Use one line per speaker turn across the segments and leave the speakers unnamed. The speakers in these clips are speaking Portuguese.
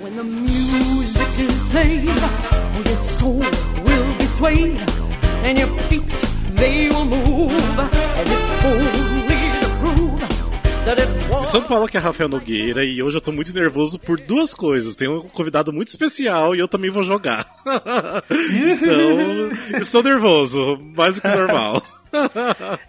When the music is played, oh, your soul will be swayed, and your feet they will move as if only to prove that it was.
São Paulo que é Rafael Nogueira e hoje eu tô muito nervoso por duas coisas. Tem um convidado muito especial e eu também vou jogar. então, estou nervoso, mais do que normal.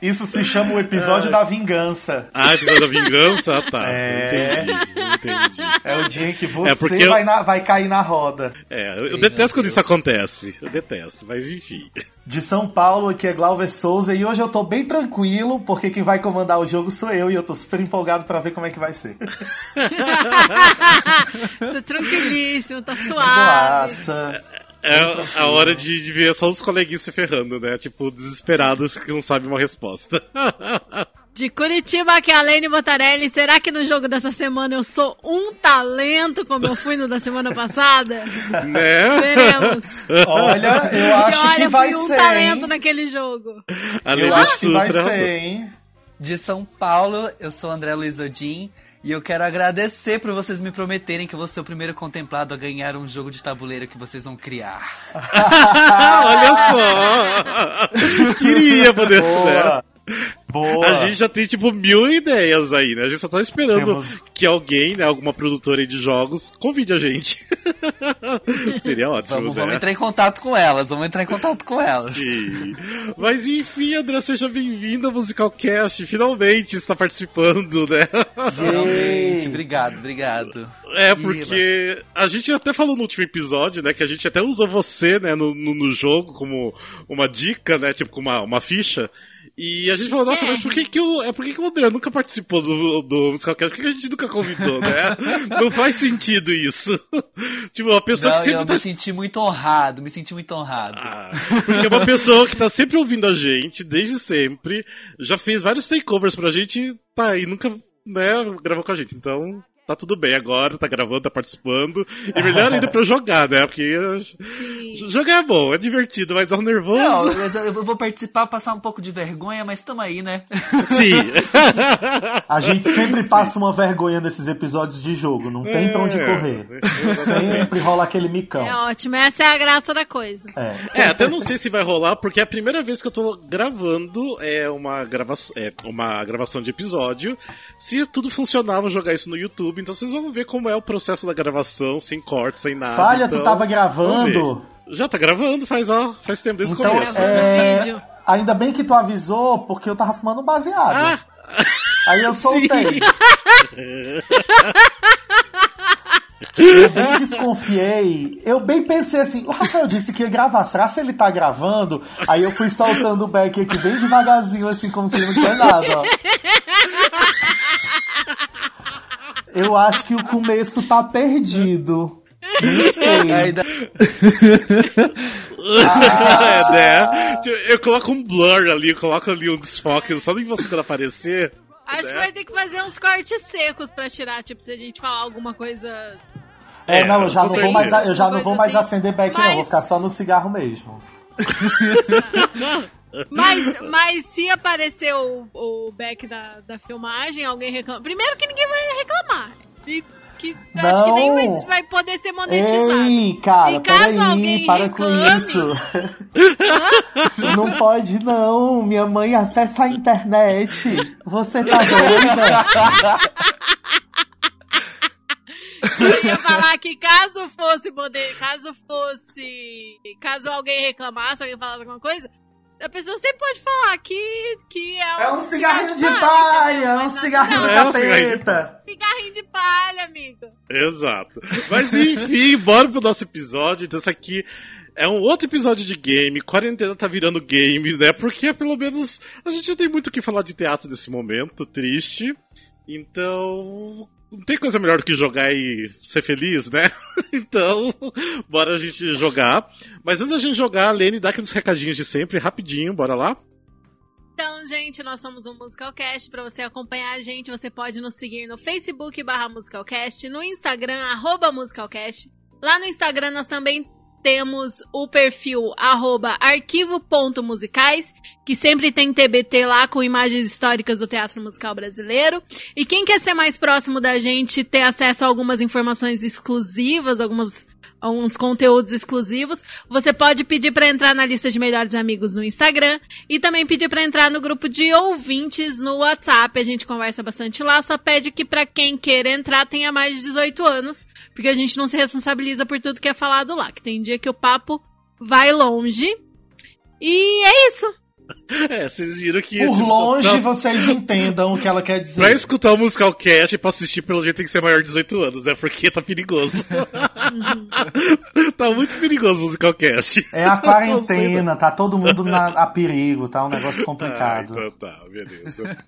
Isso se chama o
É.
episódio da vingança.
Ah, episódio da vingança? Ah, tá.
É.
Entendi, entendi.
É o dia em que você
É, porque eu-
vai, na- vai cair na roda.
É, eu detesto quando isso acontece. Eu detesto, mas enfim.
De São Paulo, aqui é Glauber Souza e hoje eu tô bem tranquilo, porque quem vai comandar o jogo sou eu e eu tô super empolgado pra ver como é que vai ser.
tá tranquilíssimo, tá suave.
Nossa.
É a hora de, de ver só os coleguinhas se ferrando, né? Tipo, desesperados que não sabem uma resposta.
De Curitiba aqui é a Lene Botarelli. Será que no jogo dessa semana eu sou um talento como eu fui no da semana passada?
né?
Veremos.
Olha, eu acho
Porque olha,
que
eu
vai
fui um
ser.
talento
hein?
naquele jogo.
A
Eu
Lene
acho que vai
Supra-
ser, hein?
de São Paulo. Eu sou o André Luiz Odin e eu quero agradecer por vocês me prometerem que eu vou ser o primeiro contemplado a ganhar um jogo de tabuleiro que vocês vão criar.
Ah, olha só! Queria poder. né?
Boa! Boa!
A gente já tem, tipo, mil ideias aí, né? A gente só tá esperando
Temos-
que alguém, né, alguma produtora aí de jogos, convide a gente. Seria ótimo,
Vamos,
né?
vamos entrar em contato com elas, vamos entrar em contato com elas.
Sim. Mas enfim, André, seja bem-vindo ao Musicalcast. Finalmente está participando, né?
Realmente, obrigado, obrigado.
É, porque a gente até falou no último episódio, né, que a gente até usou você, né, no, no, no jogo como uma dica, né, tipo, com uma, uma ficha. E a gente falou, nossa, mas por que que o, é, por que que o André nunca participou do, do Musicalcast? Por que que a gente nunca convidou, né? Não faz sentido isso. tipo, uma pessoa
Não,
que sempre
eu
tá
me senti muito honrado, me senti muito honrado.
Ah, Porque é uma pessoa que tá sempre ouvindo a gente, desde sempre, já fez vários takeovers pra gente e tá, e nunca, né, gravou com a gente. Então, tá tudo bem agora, tá gravando, tá participando. E melhor ainda pra eu jogar, né? Porque j- jogar é bom, é divertido, mas dá um nervoso.
Não, mas eu eu vou participar, passar um pouco de vergonha, mas tamo aí, né?
Sim.
A gente sempre passa uma vergonha nesses episódios de jogo, não tem pra onde
É,
correr. Sempre rola aquele micão.
É ótimo, essa é a graça da coisa.
É.
É, até não sei se vai rolar, porque é a primeira vez que eu tô gravando é uma, grava é uma gravação de episódio. Se tudo funcionar, eu vou jogar isso no YouTube. Então vocês vão ver como é o processo da gravação, sem corte, sem nada.
Falha,
então,
tu tava
vamos ver.
gravando.
Já tá gravando, faz, ó, faz tempo desde o
Então,
começo.
é,
Gravando vídeo.
ainda bem que tu avisou, porque eu tava fumando um baseado. Aí eu soltei. Eu bem desconfiei. Eu bem pensei assim, o Rafael disse que ia gravar, será se ele tá gravando? Aí eu fui soltando o back aqui bem devagarzinho, assim, como que não quer nada, ó. Eu acho que o começo tá perdido. Não sei.
Aí da-
é, né? Tipo, Eu coloco um blur ali, eu coloco ali um desfoque, só nem você quando aparecer.
Acho que vai ter que fazer uns cortes secos pra tirar, tipo, se a gente falar alguma coisa.
É,
É,
não, eu já
com
não vou mais,
certeza.
eu já não vou mais
Coisa assim.
acender back, não.
Mas-
Vou ficar só no cigarro mesmo.
Mas, mas se aparecer o, o back da, da filmagem, alguém reclama. Primeiro que ninguém vai reclamar. E que eu acho que nem
Não.
vai, vai poder ser monetizado.
Ei, cara,
E caso
peraí,
alguém
para com
reclame?
isso. não pode, não. Minha mãe acessa a internet. Você tá doida?
Eu ia falar que caso fosse poder, caso fosse, caso alguém reclamasse, alguém falasse alguma coisa, a pessoa sempre pode falar que, que é um,
É um cigarrinho de
palha,
palha, é um
mas na
cigarrinho
É um cigarrinho de
capeta.
Cigarrinho de palha, amigo.
Exato. Mas enfim, bora pro nosso episódio. Então, isso aqui é um outro episódio de game. Quarentena tá virando game, né? Porque pelo menos a gente não tem muito o que falar de teatro nesse momento, triste. Então. Não tem coisa melhor do que jogar e ser feliz, né? Então, bora a gente jogar. Mas antes da gente jogar, a Lene dá aqueles recadinhos de sempre, rapidinho, bora lá.
Então, gente, nós somos o Musicalcast. Pra você acompanhar a gente, você pode nos seguir no Facebook barra Musicalcast, no Instagram, arroba Musicalcast. Lá no Instagram nós também temos o perfil arroba arquivo.musicais, que sempre tem TBT lá com imagens históricas do teatro musical brasileiro. E quem quer ser mais próximo da gente, ter acesso a algumas informações exclusivas, algumas alguns conteúdos exclusivos. Você pode pedir para entrar na lista de melhores amigos no Instagram e também pedir para entrar no grupo de ouvintes no WhatsApp. A gente conversa bastante lá, só pede que para quem queira entrar tenha mais de 18 anos, porque a gente não se responsabiliza por tudo que é falado lá, que tem dia que o papo vai longe. E é isso.
É, vocês viram que.
Por
tipo,
longe
tá-
vocês entendam o que ela quer
Pra
dizer.
escutar o musical cast e pra assistir, pelo jeito tem que ser maior de 18 anos, é porque tá perigoso. tá muito perigoso o musical cast.
É a
Não sei,
quarentena, tá todo mundo na, a perigo, tá um negócio
Ah,
complicado.
então tá, beleza.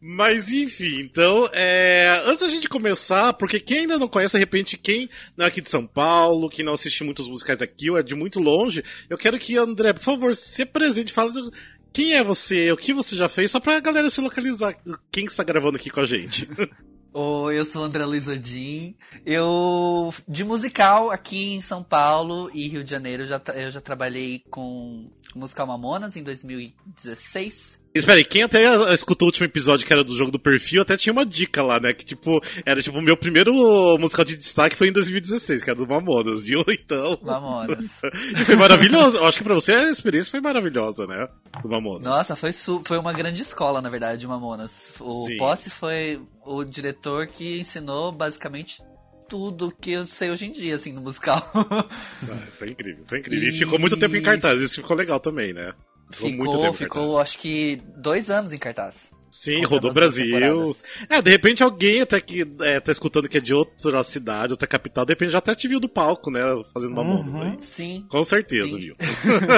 Mas enfim, então, é, antes da gente começar, porque quem ainda não conhece, de repente, quem não é aqui de São Paulo, quem não assiste muitos musicais aqui, ou é de muito longe, eu quero que, André, por favor, se presente, fala do- quem é você, o que você já fez, só pra galera se localizar, quem que está gravando aqui com a gente.
Oi, eu sou André Luiz Odin. Eu, de musical, aqui em São Paulo e Rio de Janeiro, eu já, tra- eu já trabalhei com o musical Mamonas em 2016.
Espera aí, quem até escutou o último episódio que era do jogo do perfil, até tinha uma dica lá, né? Que tipo, era tipo, o meu primeiro musical de destaque foi em 2016, que era do Mamonas, viu? Então.
Mamonas.
E foi maravilhoso. Eu acho que pra você a experiência foi maravilhosa, né? Do Mamonas.
Nossa, foi, su- foi uma grande escola, na verdade, de Mamonas. O
Sim.
Posse foi o diretor que ensinou basicamente tudo que eu sei hoje em dia, assim, no musical.
Ah, Foi incrível, foi incrível. E ficou muito tempo em cartaz, isso ficou legal também, né? Ficou muito tempo
ficou,
em
ficou acho que dois anos em cartaz.
Sim,
Contando
rodou o
as duas
Brasil.
temporadas.
É, de repente alguém até que é, tá escutando que é de outra cidade, outra capital, de repente já até te viu do palco, né? Fazendo Mamonas
Uhum.
aí.
Sim.
Com certeza,
Sim.
viu?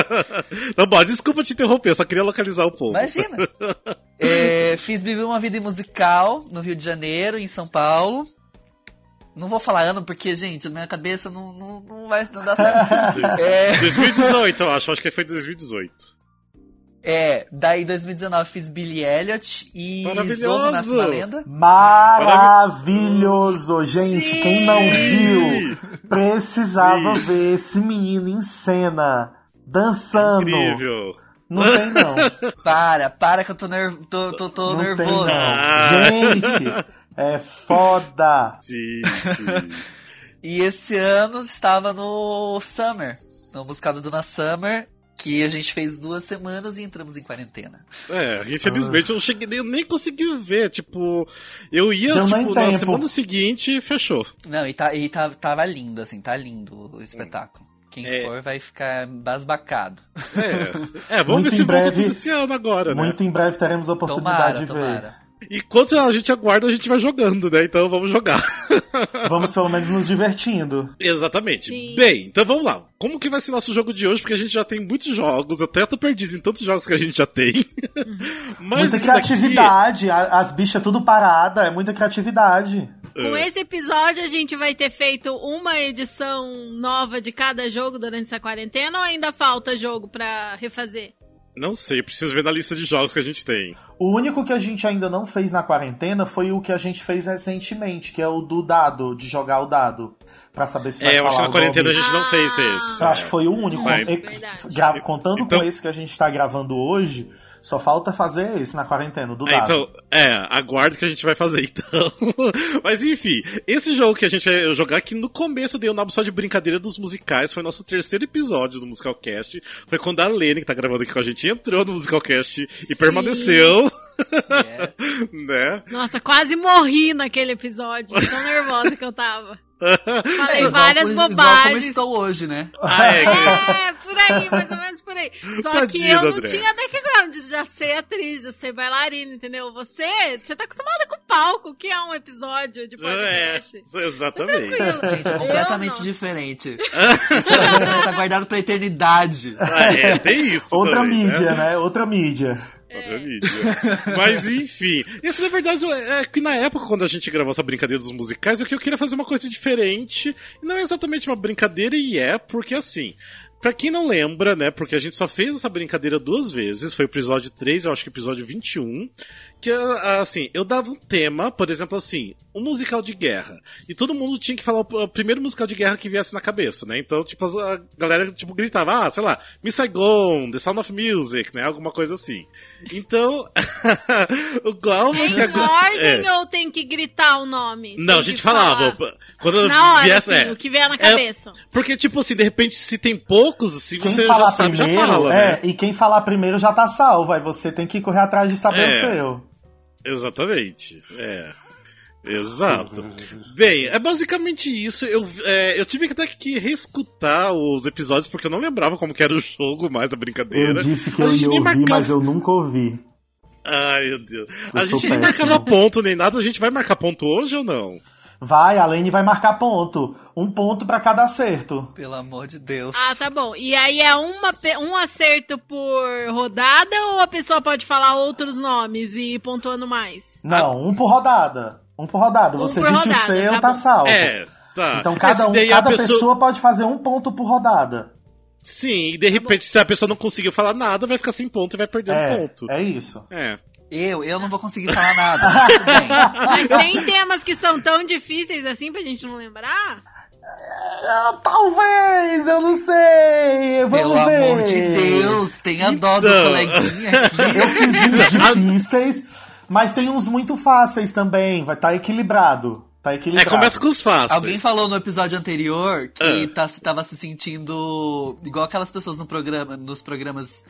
Não, bom, desculpa te interromper, eu só queria localizar o povo.
Imagina! É, fiz viver uma vida musical no Rio de Janeiro, em São Paulo. Não vou falar ano porque, gente, na minha cabeça não, não, não vai não dá certo.
Dois-
É.
2018, eu acho, acho que foi 2018.
É, daí em 2019 fiz Billy Elliot e
Maravilhoso!
Zorro Nasce uma Lenda.
Maravilhoso, gente.
Sim.
Quem não viu precisava ver esse menino em cena dançando.
Incrível.
Não tem não.
Para, para que eu tô, ner tô, tô, tô
não
nervoso.
Ah.
tem não. Gente, é foda.
Sim, sim.
E esse ano estava no Summer, no musical da Dona Summer, que a gente fez duas semanas e entramos em quarentena.
É, infelizmente eu não cheguei, eu nem consegui ver. Tipo, eu ia,
Deu nem
tipo, na
tempo.
semana seguinte e fechou.
Não, e, tá, e tá, tava lindo, assim, tá lindo o espetáculo. Quem
É.
for vai ficar basbacado.
É, é vamos
Muito
ver se
em
volta
breve.
tudo esse ano agora, né?
Muito em breve teremos a oportunidade de
Tomara, tomara.
Enquanto a gente aguarda, a gente vai jogando, né? Então vamos jogar.
ver. Vamos pelo menos nos divertindo.
Exatamente.
Sim.
Bem, então vamos lá. Como que vai ser nosso jogo de hoje? Porque a gente já tem muitos jogos, eu até tô perdido em tantos jogos que a gente já tem. Mas
Uhum. muita
isso daqui-
criatividade. a- As bichas tudo parada. É muita criatividade.
Com esse episódio, a gente vai ter feito uma edição nova de cada jogo durante essa quarentena ou ainda falta jogo pra refazer?
Não sei, preciso ver na lista de jogos que a gente tem.
O único que a gente ainda não fez na quarentena foi o que a gente fez recentemente, que é o do dado, de jogar o dado. Pra saber se vai
É, eu acho que
falar
na quarentena a
algum.
gente não
Ah.
fez esse.
Eu acho que foi o único.
Vai.
E-
Verdade.
gra- contando
É, Então-
com esse que a gente tá gravando hoje, só falta fazer esse na quarentena, o do
É,
dado.
então, é, aguardo que a gente vai fazer então. Mas enfim, esse jogo que a gente vai jogar aqui no começo deu o nome só de brincadeira dos musicais, foi nosso terceiro episódio do Musicalcast. Foi quando a Lene, que tá gravando aqui com a gente, entrou no Musicalcast e permaneceu,
Yes.
né?
Nossa, quase morri naquele episódio, de tão nervosa que eu tava.
É,
Falei
igual
várias
como- igual como
bobagens.
estou hoje, né?
Ah, é, que-
É, por aí, mais ou menos por aí. Só que
Tadinha
eu
da
não
Andrea.
tinha background de já ser atriz, de ser bailarina, entendeu? Você, você tá acostumada com o palco, que é um episódio de
é,
podcast.
exatamente.
Gente, é
Eu
completamente
não.
diferente. Esse episódio tá guardado pra eternidade.
Ah, é, tem isso.
Outra
também, né?
mídia, né? Outra mídia.
Outra mídia. é. Mas enfim. Esse, na verdade, é que na época, quando a gente gravou essa brincadeira dos musicais, é que eu queria fazer uma coisa diferente. E não é exatamente uma brincadeira, e é, porque assim. Pra quem não lembra, né, porque a gente só fez essa brincadeira duas vezes, foi o episódio 3, eu acho que episódio 21, que assim, eu dava um tema, por exemplo, assim, um musical de guerra. E todo mundo tinha que falar o primeiro musical de guerra que viesse na cabeça, né? Então, tipo, a galera tipo gritava, ah, sei lá, Miss Saigon, The Sound of Music, né? Alguma coisa assim. Então, o Glauber
Tem
que agora-
ordem
é.
ou tem que gritar o nome?
Não,
Tem
a gente
que
falava.
falar.
Quando
Na hora,
viesse,
assim,
é.
o que vier na
É,
cabeça.
porque, tipo assim, de repente, se tem poucos, se
Quem
você já
falar
sabe,
primeiro,
já fala,
é,
né?
e quem falar primeiro já tá salvo. Aí você tem que correr atrás de saber
É.
o seu.
Exatamente. É. Exato. Bem, é basicamente isso. Eu, é, eu tive até que reescutar os episódios, porque eu não lembrava como que era o jogo, mais a brincadeira.
Eu disse que
a
eu
gente
ia
nem
ouvir,
marcava.
mas eu nunca ouvi.
Ai, meu Deus. a
Eu sou
gente nem
péssimo.
marcava ponto nem nada. A gente vai marcar ponto hoje ou não?
Vai, a Lane vai marcar ponto. Um ponto pra cada acerto.
Pelo amor de Deus.
Ah, tá bom. E aí é uma, pe- um acerto por rodada ou a pessoa pode falar outros nomes e ir pontuando mais?
Ah.
Não, um por rodada. Um por rodada.
Um
Você
por
disse
rodada,
o seu,
tá
tá,
bom.
salvo.
É, tá.
Então
Esse
cada, um,
daí a
cada pessoa... pode fazer um ponto por rodada.
Sim, e de repente, se a pessoa não conseguiu falar nada, vai ficar sem ponto e vai perdendo
É,
ponto.
é isso.
É.
Eu, eu não vou conseguir falar nada. mas tudo bem.
Mas tem temas que são tão difíceis assim pra gente não lembrar?
Ah, talvez, eu não sei. Vamos
Pelo
ver.
amor de Deus, tenha dó do
Então.
coleguinha aqui.
Eu fiz uns difíceis, mas tem uns muito fáceis também. Vai tá equilibrado. Tá
É,
equilibrado.
começa com os fáceis.
Alguém falou no episódio anterior que
Ah.
tá, se- tava se sentindo igual aquelas pessoas no programa, nos programas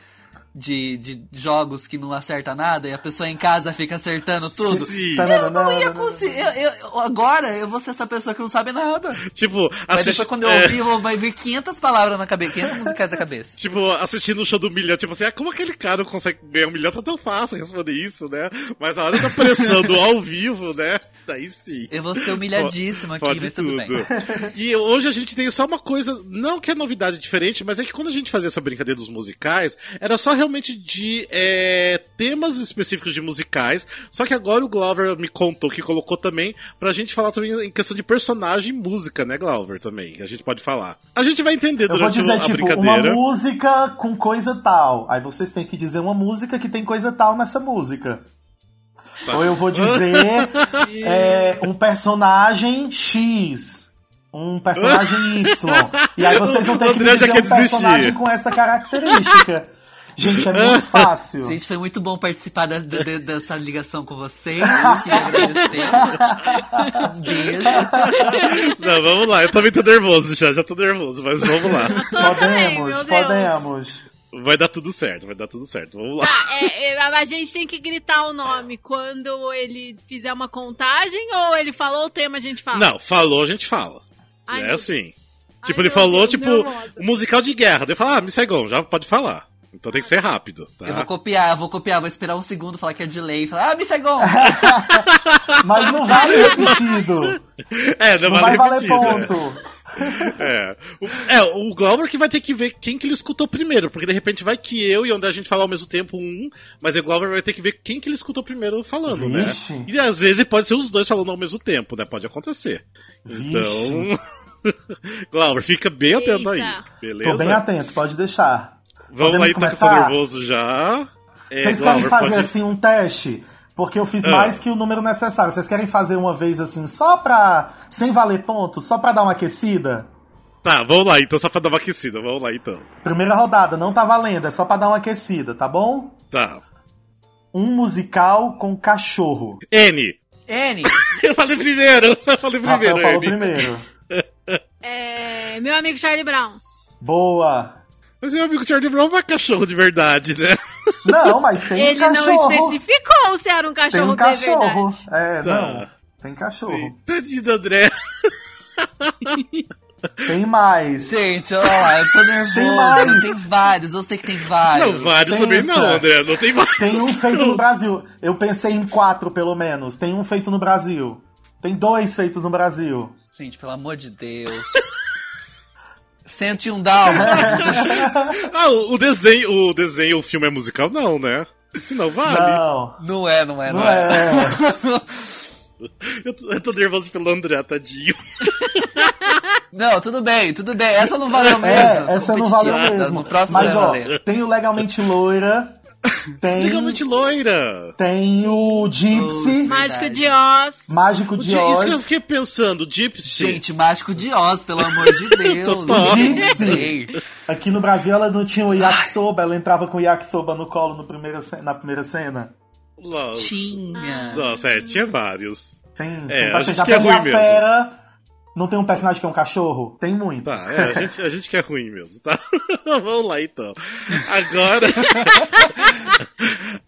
de, de jogos que não acerta nada e a pessoa em casa fica acertando
tá
tudo.
Sim.
Eu não ia
Tananana.
conseguir. eu- eu- agora eu vou ser essa pessoa que não sabe nada.
Tipo,
Mas
assisti-
depois quando eu
é,
ouvir, vou- vai vir 500 palavras na cabeça, 500 musicais na cabeça.
Tipo, assistindo o show do milhão, tipo assim, ah, como aquele cara consegue ganhar um milhão? Tá tão fácil responder isso, né? Mas a hora da pressão do ao vivo, né? Daí sim.
Eu vou ser humilhadíssimo aqui,
Pode
mas tudo bem.
E hoje a gente tem só uma coisa, não que é novidade diferente, mas é que quando a gente fazia essa brincadeira dos musicais, era só realmente de é, temas específicos de musicais. Só que agora o Glauber me contou que colocou também pra gente falar também em questão de personagem e música, né, Glauber? Também, que a gente pode falar. A gente vai entender
Eu vou
durante
dizer,
a
tipo, uma
brincadeira.
música com coisa tal. Aí vocês têm que dizer uma música que tem coisa tal nessa música.
Tá.
Ou eu vou dizer é, um personagem X. Um personagem Y. E aí vocês vão ter que me
André já
dizer um
quer desistir.
personagem com essa característica. Gente, é muito fácil.
Gente, foi muito bom participar da- da- da- dessa ligação com vocês. Eu queria agradecer. Um beijo.
Não, vamos lá, eu também tô nervoso já, já tô nervoso, mas vamos lá.
Tô também, meu
podemos,
Deus.
podemos.
Vai dar tudo certo, vai dar tudo certo, vamos lá.
Tá, é, é, a gente tem que gritar o nome quando ele fizer uma contagem ou ele falou o tema a gente fala?
Não, falou, a gente fala.
Ai,
é
meu
assim.
Deus.
Tipo,
Ai,
ele
meu
falou,
Deus,
tipo,
nervosa.
musical de guerra. Daí fala, ah, Miss Saigon, já pode falar. Então tem que ser rápido, tá?
Eu vou copiar, eu vou copiar, vou esperar um segundo, falar que é delay e falar, ah, me Saigon!
Mas não vale repetido.
É, não,
Não
vale
vai valer
repetir,
ponto.
né? É. O, é, o Glauber que vai ter que ver quem que ele escutou primeiro, porque de repente vai que eu e onde a gente falar ao mesmo tempo um, mas o Glauber vai ter que ver quem que ele escutou primeiro falando, né?
Vixe.
E às vezes pode ser os dois falando ao mesmo tempo, né? Pode acontecer.
Vixe.
Então. Glauber, fica bem atento aí,
Eita.
beleza?
Tô bem atento, pode deixar.
Vamos
Podemos
lá, então, que eu tô
começar?
nervoso já. É,
Vocês
Glauber,
querem fazer
pode-
assim um teste? Porque eu fiz
Ah.
mais que o número necessário. Vocês querem fazer uma vez assim, só pra. sem valer ponto, só pra dar uma aquecida?
Tá, vamos lá, então, só pra dar uma aquecida, vamos lá, então.
Primeira rodada, não tá valendo, é só pra dar uma aquecida, tá bom?
Tá.
Um musical com cachorro.
N.
N,
Eu falei primeiro, eu falei primeiro,
Rafael falou
N.
Ah, primeiro.
É, meu amigo Charlie Brown.
Boa.
Mas meu amigo Charlie Brown não é cachorro de verdade, né?
Não, mas tem
ele
um cachorro.
não especificou se era um
Tem
cachorro
um
de
cachorro.
verdade.
É,
Tá.
não. Tem cachorro.
Sim. Tadinho do André.
Tem mais.
gente, ó, lá, eu tô
Tem
nervoso.
mais.
Tem vários, eu sei que tem
Ah,
vários.
Não, vários
Sem
também não,
essa.
André. Não tem vários.
é. Tem um feito no Brasil. Eu pensei em quatro, pelo menos. Tem um feito no Brasil. Tem dois feitos no Brasil.
Gente, pelo amor de Deus. 101 Dalma.
Ah, o o desenho, o desenho, o filme é musical, não, né? Se não, vale.
Não.
Não é, não é, não,
Não
é.
é.
Eu, tô, eu tô nervoso pelo André, tadinho.
Não, tudo bem, tudo bem. Essa não valeu mesmo.
É,
sou
essa não valeu
né?
competitiva.
mesmo.
No próximo
Mas,
é
vai
ó,
valer.
tem o Legalmente Loira, tem, um
Legalmente loira!
tem o Gypsy,
Putz.
Mágico de Oz.
Mágico
O
de
Gy- Isso que eu
Oz.
fiquei pensando, Gypsy.
Gente, Mágico de Oz, pelo amor de Deus.
Total.
Lembrei.
Aqui no Brasil ela não tinha o yakisoba, ela entrava com o yakisoba no colo no primeira ce- na primeira cena.
Lo-
Tinha.
Nossa, é, tinha vários.
Tem,
É,
tem
a
bastante.
gente que é
Até a
ruim mesmo.
Fera, não tem um personagem que é um cachorro? Tem muitos.
Tá, é, a gente, a gente que é ruim mesmo, tá? Vamos lá então. Agora.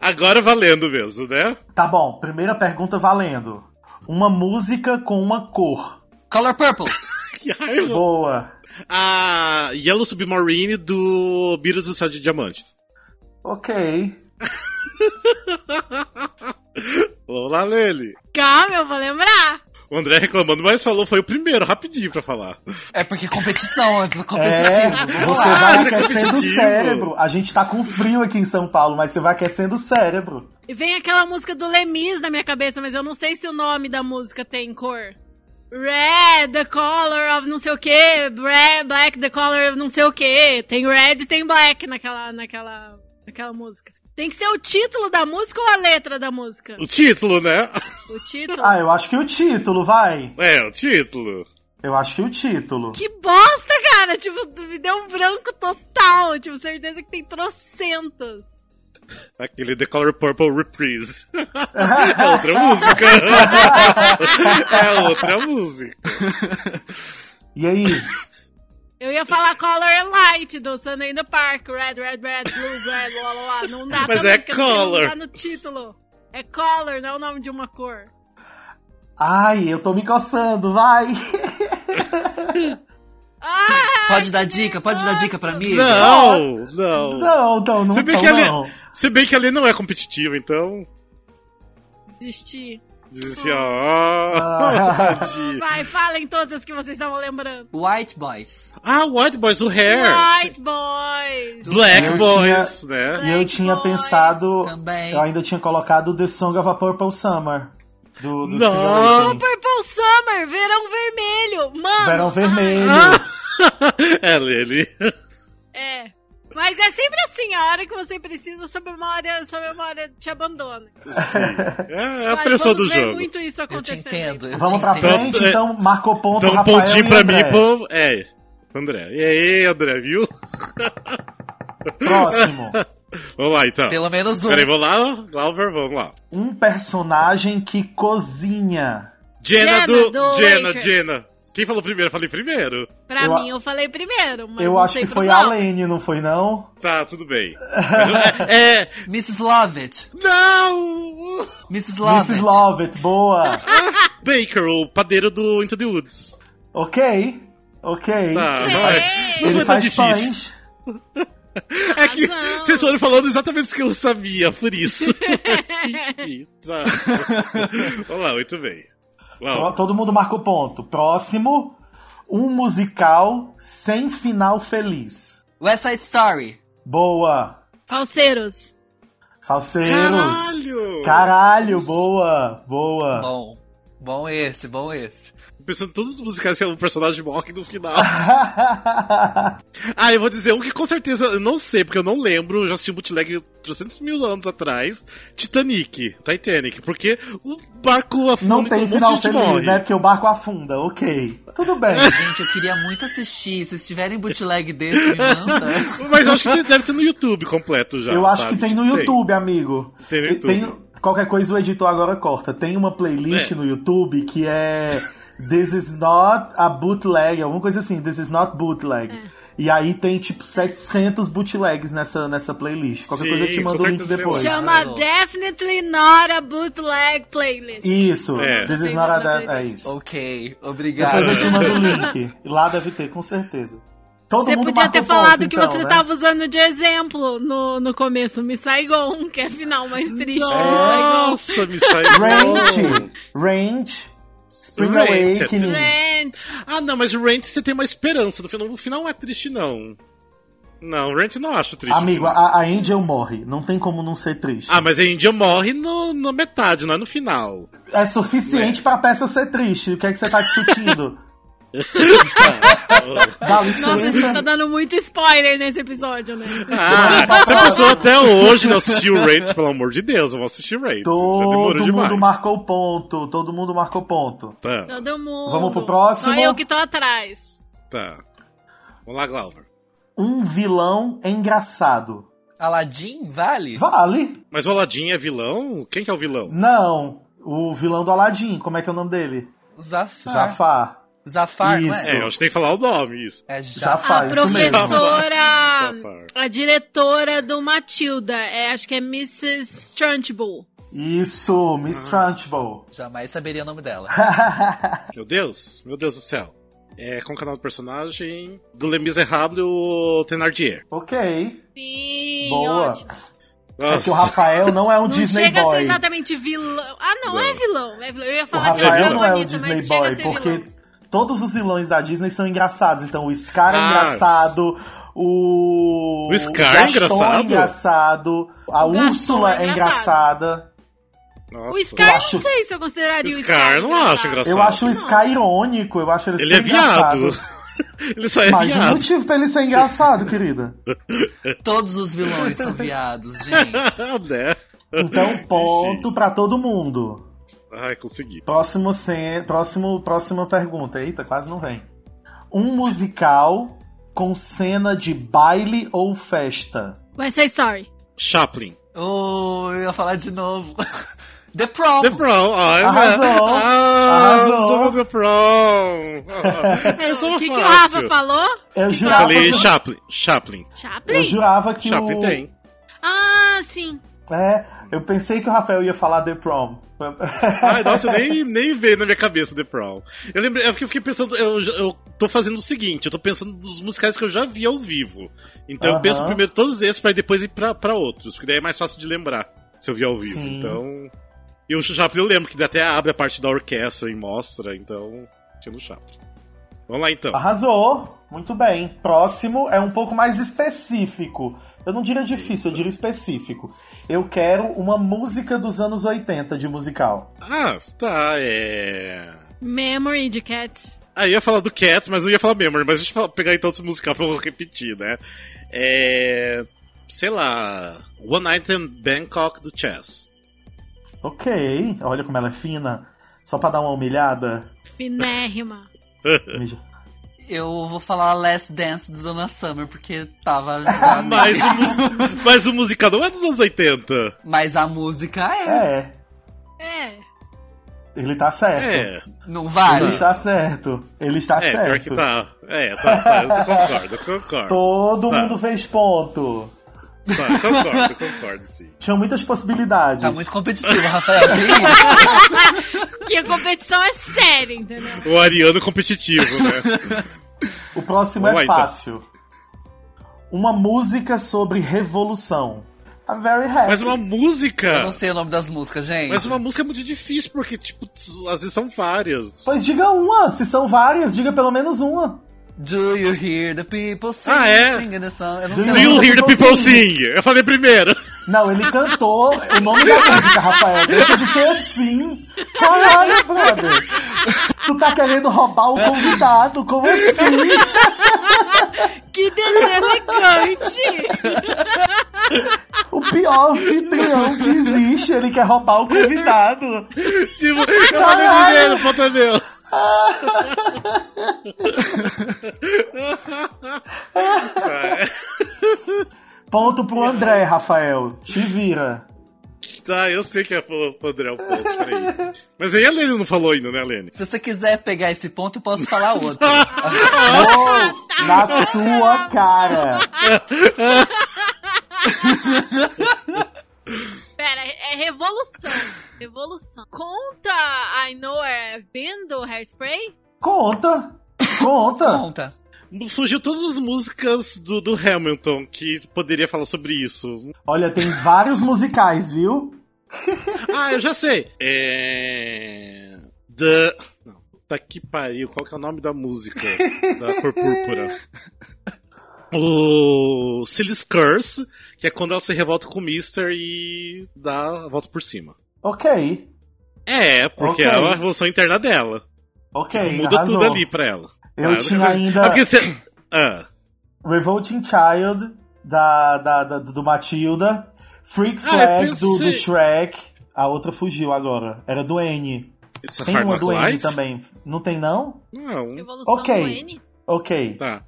Agora valendo mesmo, né?
Tá bom, primeira pergunta valendo. Uma música com uma cor.
Color Purple.
Que raiva.
Boa.
A Yellow Submarine do Beatles do Céu de Diamantes.
Ok.
Vamos lá, Lele.
Calma, eu vou lembrar.
O André reclamando, mas falou, foi o primeiro, rapidinho pra falar.
É porque competição, antes do
É,
competitivo. Vamos
você
lá.
vai
isso é
aquecendo o
competitivo.
cérebro. A gente tá com frio aqui em São Paulo, mas você vai aquecendo o cérebro.
E vem aquela música do Lemis na minha cabeça, mas eu não sei se o nome da música tem cor. Red, the color of não sei o que, red, black, the color of não sei o que. Tem red, tem black naquela, naquela, naquela música. Tem que ser o título da música ou a letra da música?
O título, né?
O título?
Ah, eu acho que o título, vai.
É, o título.
Eu acho que o título.
Que bosta, cara! Tipo, me deu um branco total. Tipo, certeza que tem trocentos.
Aquele The Color Purple Reprise. É outra música. É outra música.
E aí?
Eu ia falar Color and Light do Sunday in the Park. Red, red, red, blue, red, blá, blá, blá. Não dá
Mas
também,
é
porque não tem-
color.
Não tá no título. É Color, não é o nome de uma cor.
Ai, eu tô me coçando, vai.
Ah!
Pode dar dica, pode dar dica pra mim?
Não, não.
Não, não, não,
Se bem,
não,
que ali,
não.
se bem que ali não é competitivo, então.
Desistir.
Diz assim, ó.
Ah.
tadinho.
Vai, falem todas as que vocês estavam lembrando.
White Boys.
Ah, White Boys, o Hair.
White Boys.
Black
Eu
Boys, né?
E eu tinha
Boys
pensado.
também.
Eu ainda tinha colocado The Song of a Purple Summer. Do, dos
Não.
Pink Floyd.
Purple Summer, Verão Vermelho. Mano.
Verão Vermelho.
é, Lele.
É. Mas é sempre assim, a hora que você precisa, sua memória, sua memória te abandona.
É a
Vai,
pressão do
vamos ver
jogo.
muito isso
Eu te
acontecendo.
entendo. eu
Vamos
te
pra
entendo.
frente,
Então, é-
então marcou ponto.
Então, um
Rafael
pontinho
e
pra
André.
mim, povo. É. André. E aí, André, viu?
Próximo.
Vamos lá, então.
Pelo menos um.
Peraí, vou lá, Glauber, vamos lá.
Um personagem que cozinha.
Jenna,
Jenna
do.
do
Jenna,
Waitress.
Jenna. Quem falou primeiro? Eu Falei primeiro.
Pra
Eu a-
mim, eu falei primeiro, mas
eu
não
acho
sei
que
pro
foi
Val.
a Lene, não foi não?
Tá, tudo bem. Mas eu- é, é.
Mrs. Lovett.
Não!
Mrs. Lovett.
Mrs. Lovett, boa.
Baker, o padeiro do Into the Woods.
ok, ok.
Tá,
Ei!
vai. Não
Ele
foi tão
faz
difícil.
pães.
É que
Razão.
vocês foram falando exatamente o que eu sabia, por isso. Ih, tá. Vamos lá, muito bem.
Ó,
Vamos.
Todo mundo marcou ponto. Próximo, um musical sem final feliz.
West Side Story.
Boa.
Falseiros.
Falseiros.
Caralho!
Caralho, boa, boa.
Bom. Bom esse, bom esse.
Pensando em todos os musicais que é um personagem morre no final. Ah, eu vou dizer um que com certeza eu não sei, porque eu não lembro. Eu já assisti um bootleg 300 mil anos atrás. Titanic. Titanic. Porque o barco afunda
Não
e
tem
todo
final
mundo
feliz,
morre.
né? Porque o barco afunda. Ok, tudo bem.
Gente, eu queria muito assistir. Se vocês tiverem bootleg desse, me manda.
Mas eu acho que deve ter no YouTube completo já.
Eu acho
sabe?
que tem no
Tipo,
YouTube, amigo.
Tem no
E
YouTube.
qualquer coisa o editor agora corta. Tem uma playlist
É.
no YouTube que é This is not a bootleg, alguma coisa assim, This is not bootleg.
É.
E aí tem tipo 700 bootlegs nessa, nessa playlist. Qualquer
Sim,
coisa eu te
com
mando o link
certeza tem
depois.
lá.
Chama
não.
Definitely Not a Bootleg Playlist.
Isso,
É.
This is
Tem
not a
outra
da- é
playlist.
isso.
ok,
Depois eu te
obrigado.
mando o link. Lá deve ter, com certeza. Todo
Você
mundo
podia
marcou
ter falado
ponto,
que
então,
você
né?
tava usando de exemplo no, no começo, Miss Saigon, que é final mais triste. Miss
É, Nossa, me saiu.
Range, Range, Spring
Range,
Awakening.
Saigon. Rent.
Ah, não, mas o Rent você tem uma esperança. No final, o final não é triste, não. Não, o Rent não acho triste.
Amigo, a, a Angel morre. Não tem como não ser triste.
Ah, mas a Índia morre no, na metade, não é no final.
É suficiente pra peça ser triste. O que é que você tá discutindo? Dá licença.
Nossa, a gente tá dando muito spoiler nesse episódio, né?
Ah, se a pessoa até hoje não assistiu o Rant, pelo amor de Deus, vamos assistir o Rant. Já demorou
Todo
demais.
mundo marcou ponto. Todo mundo marcou ponto.
Tá,
Todo mundo.
Vamos pro próximo?
Só eu que tô atrás.
tá. Vamos lá, Glauber.
Um vilão engraçado.
Aladdin vale?
Vale?
Mas o Aladdin é vilão? Quem que é o vilão?
Não. O vilão do Aladdin, como é que é o nome dele?
Ah.
Zafar.
Jafar.
Zafar, não
Isso.
é?
É, eu acho que tem que falar o nome, isso. Tá,
É
Já
Jafar.
faz.
a
isso mesmo.
professora, a diretora do Matilda, é, acho que é Mrs. Trunchbull.
Isso, Miss
Ah.
Trunchbull.
Jamais saberia o nome dela.
Meu Deus, meu Deus do céu. É, com o canal do personagem do Le Miserable, o Tenardier.
ok.
Sim,
Boa.
ótimo.
É que o
Nossa.
Rafael não é um
Não
Disney
chega a ser
Boy.
exatamente vilão. Ah, não,
Não.
é vilão. É vilão. Eu ia
O
falar que é
Rafael não é um
protagonista,
Disney
mas chega a
Boy,
ser
porque
vilão.
todos os vilões da Disney são engraçados. Então o Scar é
Ah.
engraçado, o.
O Scar é
Gaston
engraçado?
engraçado, a
O Gaston
Úrsula
é
é
engraçado.
engraçada.
Nossa.
O Scar,
Eu
eu
acho-
não sei se eu consideraria o
Scar,
Scar.
não acho engraçado.
Eu acho o Scar irônico, eu acho ele
Ele é
super
viado.
engraçado.
ele só é
Mas o
viado.
motivo pra ele ser engraçado, querida.
Todos os vilões são viados, gente.
né?
Então, ponto pra todo mundo.
Ai, consegui.
Próximo, cen- próximo, próxima pergunta. Eita, quase não vem. Um musical com cena de baile ou festa?
Vai ser Story.
Chaplin.
Oh, eu ia falar de novo. The Prom.
The Prom. Ai,
Arrasou.
Ah,
Arrasou.
sou The Prom. É, só
O
uma
que, que o
fácil.
Rafa falou?
Eu
Eu
jurava,
falei
que,
Chaplin. Chaplin.
Chaplin?
eu jurava que
Chaplin
o...
né? tem.
Ah, sim.
É, eu pensei que o Rafael ia falar The Prom.
Ai, nossa, nem, nem veio na minha cabeça The Prom. Eu lembrei, é porque eu fiquei pensando, eu, já- eu tô fazendo o seguinte, eu tô pensando nos musicais que eu já vi ao vivo. Então eu
Aham.
penso primeiro todos esses pra depois ir pra, pra outros, porque daí é mais fácil de lembrar se eu vi ao vivo.
Sim.
Então. E o Chaplin eu lembro, que até abre a parte da orquestra e mostra, então. Tinha no Chaplin. Vamos lá então.
Arrasou. Muito bem. Próximo é um pouco mais específico. Eu não diria difícil, eu diria específico. Eu quero uma música dos anos 80 de musical.
Ah, tá, é.
Memory de Cats.
Ah, eu ia falar do Cats, mas não ia falar Memory, mas deixa eu fa- pegar então outro musical pra eu repetir, né? É. Sei lá. One Night in Bangkok do Chess.
Ok. Olha como ela é fina. Só pra dar uma humilhada.
Finérrima.
Mija.
Eu vou falar Last Dance do Donna Summer, porque tava... já-
Mas o, mus- mas o musical não é dos anos 80.
Mas a música é.
É,
É.
ele tá certo.
É,
Não
Ele
vale?
está certo. Ele está
é, pior
certo.
que tá. É, tá, tá, eu concordo, eu concordo.
Todo
Tá.
mundo fez ponto.
Tá, eu concordo, eu concordo, sim.
Tinha muitas possibilidades.
Tá muito competitivo, Rafael. Que isso?
Que a competição é séria, entendeu?
O Ariano competitivo, né?
O próximo
Vamos lá,
é
então.
fácil. Uma música sobre revolução. I'm very happy.
Mas uma
Eu
música.
não sei o nome das músicas, gente.
Mas uma música é muito difícil, porque, tipo, às vezes são várias.
Pois diga uma. Se são várias, diga pelo menos uma.
Do you hear the people sing,
Ah, é?
singing the song? Eu não
Do
sei
Do
o
you
nome.
hear the people sing? Eu falei primeiro.
Não, ele cantou o nome da música, Rafael. Deixa de ser assim. Caralho, brother. Tu tá querendo roubar o convidado. Como assim?
Que deselegante!
O pior anfitrião que existe, ele quer roubar o convidado.
Tipo, eu falei primeiro, falta meu.
Ponto pro André, Rafael. Te vira.
Tá, eu sei que é pro pro André o ponto, peraí. Mas aí a Lene não falou ainda, né, Lene?
Se você quiser pegar esse ponto, eu posso falar outro.
Oh, na sua cara.
Pera, é revolução. Revolução. Conta I Know Where I've Been do Hairspray?
Conta. Conta.
Conta.
Fugiu todas as músicas do, do Hamilton que poderia falar sobre isso.
Olha, tem vários musicais, viu?
Ah, eu já sei. É. The. Não, tá que pariu. Qual que é o nome da música da cor púrpura? O Silly's Curse, que é quando ela se revolta com o Mister e dá a volta por cima.
Ok.
É, porque
Ok.
é uma revolução interna dela.
Ok.
Muda
arrasou.
tudo ali pra ela.
Eu
Ah,
tinha
mas-
ainda
Ah, porque você- Ah,
Revolting Child da, da- da- do Matilda, Freak
Ah, eu
Flag do,
pensei-
do Shrek. A outra fugiu agora. Era do N.
It's a
Tem uma
Hard
do
Knock
N
Life?
também. Não tem, não?
Não,
Evolução
Ok.
do N?
Ok.
tá.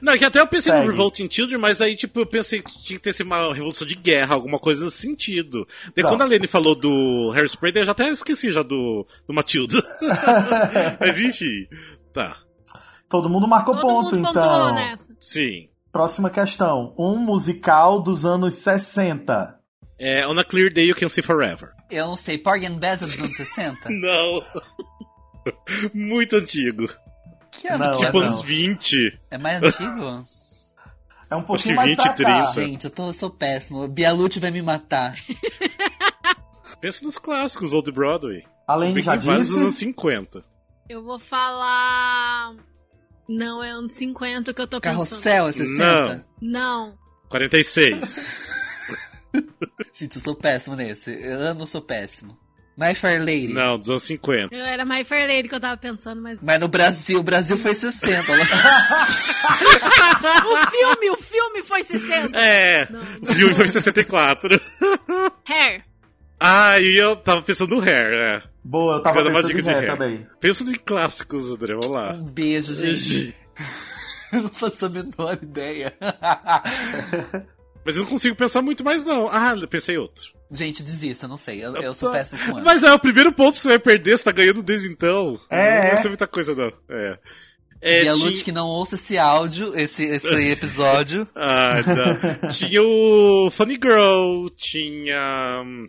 Não, é que até eu pensei
Segue.
no Revolting Children, mas aí, tipo, eu pensei que tinha que ter sido uma revolução de guerra, alguma coisa nesse sentido. Daí
Não.
quando a Lene falou do Hairspray, daí eu já até esqueci já do, do Matilda. mas enfim, tá.
Todo mundo marcou
Todo
ponto,
mundo pontuou né?
então.
nessa.
Sim.
Próxima questão. Um musical dos anos 60.
É, on a clear day you can see forever.
Eu não sei, Porgy and Bess é dos anos 60?
Não. Muito antigo.
Que ano
Não,
que é?
tipo
não.
anos 20.
É mais antigo?
É um
Acho que
pouquinho mais
20,
pra cá.
30.
Gente, eu, tô, eu sou péssimo. Bialucci vai me matar.
Pensa nos clássicos, Old Broadway.
A Lene
Bem
já
que vários dos
disse.
anos 50.
Eu vou falar. Não, é anos 50 que eu tô pensando.
Carrossel é 60?
Não.
46.
Gente, eu sou péssimo nesse. Eu não sou péssimo. My Fair Lady.
Não, dos anos 50.
Eu era My Fair Lady que eu tava pensando, mas.
Mas no Brasil, o Brasil foi 60.
o filme, o filme foi 60.
É,
Não,
o filme foi em 64.
Hair.
Ah, e eu tava pensando no Hair, é.
Boa, eu tava
Cada uma
pensando em
dica de
ré
ré.
também.
Pensa em clássicos, André, vamos lá.
Um beijo, gente. Eu não faço a menor ideia.
Mas eu não consigo pensar muito mais, não. Ah, pensei em outro.
gente, desista, eu não sei. Eu, eu sou péssimo com ano.
Mas é o primeiro ponto que você vai perder, você tá ganhando desde então.
É,
Não
é.
vai ser muita coisa, não. É. É,
E a
tinha-
Lute que não ouça esse áudio, esse, esse episódio.
Ah, não. tinha o Funny Girl, tinha. hum,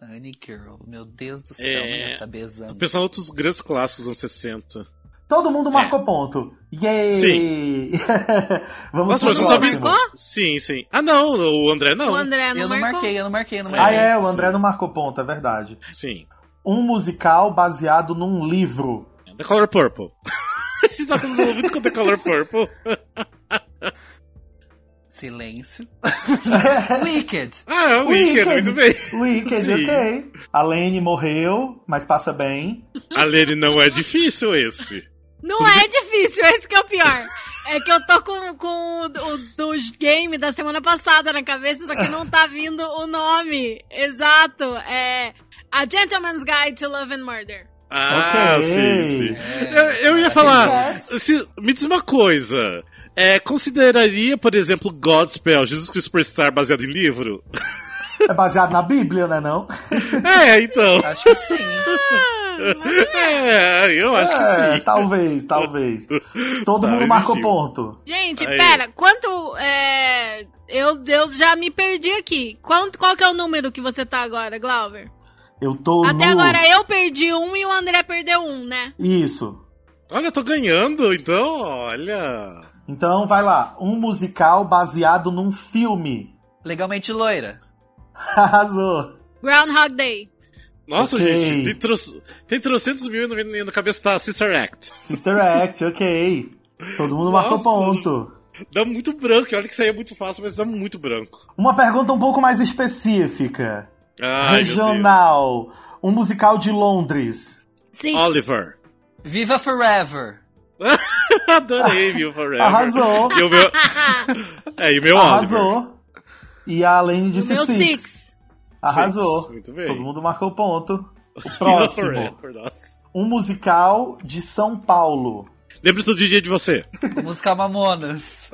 Annie Girl, meu Deus do céu, tá
É.
não ia saber exame.
Tô pensando em outros grandes clássicos dos anos 60.
Todo mundo marcou
É.
ponto. Yay! Vamos
Nossa,
pro
mas eu não
tá
próximo.
brincando? Marcou?
Sim, sim. Ah, não, o André não.
O André não
Eu não
marcou.
marquei, eu não marquei, eu não
Ah,
marquei.
é, o André não marcou ponto, é verdade.
Sim.
Um musical baseado num livro.
The Color Purple. A gente tá pensando muito com The Color Purple.
Silêncio. Wicked.
Ah, é o
Wicked.
Wicked, muito bem.
Wicked,
Sim.
ok. A Lane morreu, mas passa bem.
A Lene não é difícil esse.
Não é difícil, esse que é o pior. É que eu tô com, com o do- dos game da semana passada na cabeça, só que não tá vindo o nome. Exato. É A Gentleman's Guide to Love and Murder.
Ah,
Ok. É,
sim, sim. Eu, eu ia falar, se- me diz uma coisa. É, consideraria, por exemplo, Godspell, Jesus Cristo Superstar, baseado em livro?
É baseado na Bíblia, né não?
É, então.
Acho que sim.
É, eu acho
É,
que sim.
talvez, talvez. Todo
Tá,
mundo
mas
marcou
enfim.
ponto.
Gente,
Aí.
pera, quanto. É, eu, eu já me perdi aqui. Quanto, qual que é o número que você tá agora, Glauber?
Eu tô
Até
nu.
agora eu perdi um e o André perdeu um, né?
Isso.
Olha, eu tô ganhando, então, olha.
Então, vai lá. Um musical baseado num filme.
Legalmente loira.
Arrasou.
Groundhog Day.
Nossa,
Ok.
gente, tem, troc... tem trocentos mil no, na cabeça tá Sister Act.
Sister Act, ok. Todo mundo marcou
Nossa.
ponto.
Dá muito branco, e olha que isso aí é muito fácil, mas dá muito branco.
Uma pergunta um pouco mais específica.
Ai,
Regional. Um musical de Londres.
Sim.
Meu Deus. Oliver.
Viva Forever.
Adorei, viu, Forever.
Arrasou.
E o meu. É, e o meu Oliver.
Arrasou. E a Lane
o
disse
meu
six.
Six.
Arrasou.
Six, muito bem.
Todo mundo marcou ponto. O
Viva
próximo.
Forever, nossa.
um musical de São Paulo.
Lembro todo dia de você.
Música Mamonas.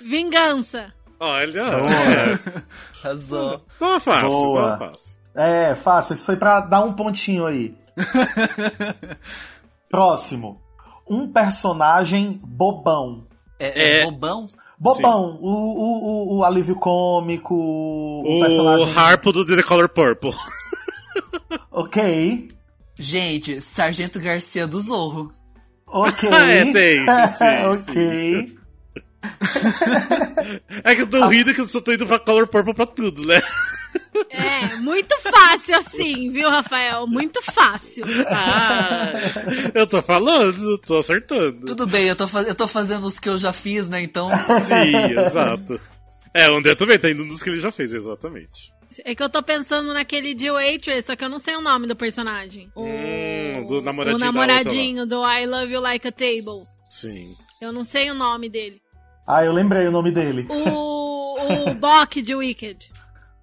Vingança.
Olha.
Boa.
Arrasou.
Tava fácil,
Boa.
tava fácil.
É, fácil. Isso foi pra dar um pontinho aí. Próximo. Um personagem bobão.
É, é
É.
bobão?
Bobão. O, o, o, o alívio cômico. O,
O
Um personagem.
Harpo do The Color Purple.
Ok.
Gente, Sargento Garcia do Zorro.
Ok.
É, tem, sim,
ok.
É que eu
Ah.
tô rindo que eu só tô indo pra Color Purple pra tudo, né?
É, muito fácil assim, viu, Rafael? Muito fácil.
Ah, eu tô falando, tô acertando.
Tudo bem, eu tô, faz- eu tô fazendo os que eu já fiz, né? Então.
Sim, exato. É, o André também tá indo nos que ele já fez, exatamente.
É que eu tô pensando naquele de Waitress, só que eu não sei o nome do personagem.
Hum, do
o
namoradinho. da outra lá.
namoradinho do I Love You Like a Table.
Sim.
Eu não sei o nome dele.
Ah, eu lembrei o nome dele.
O, o Bok de Wicked.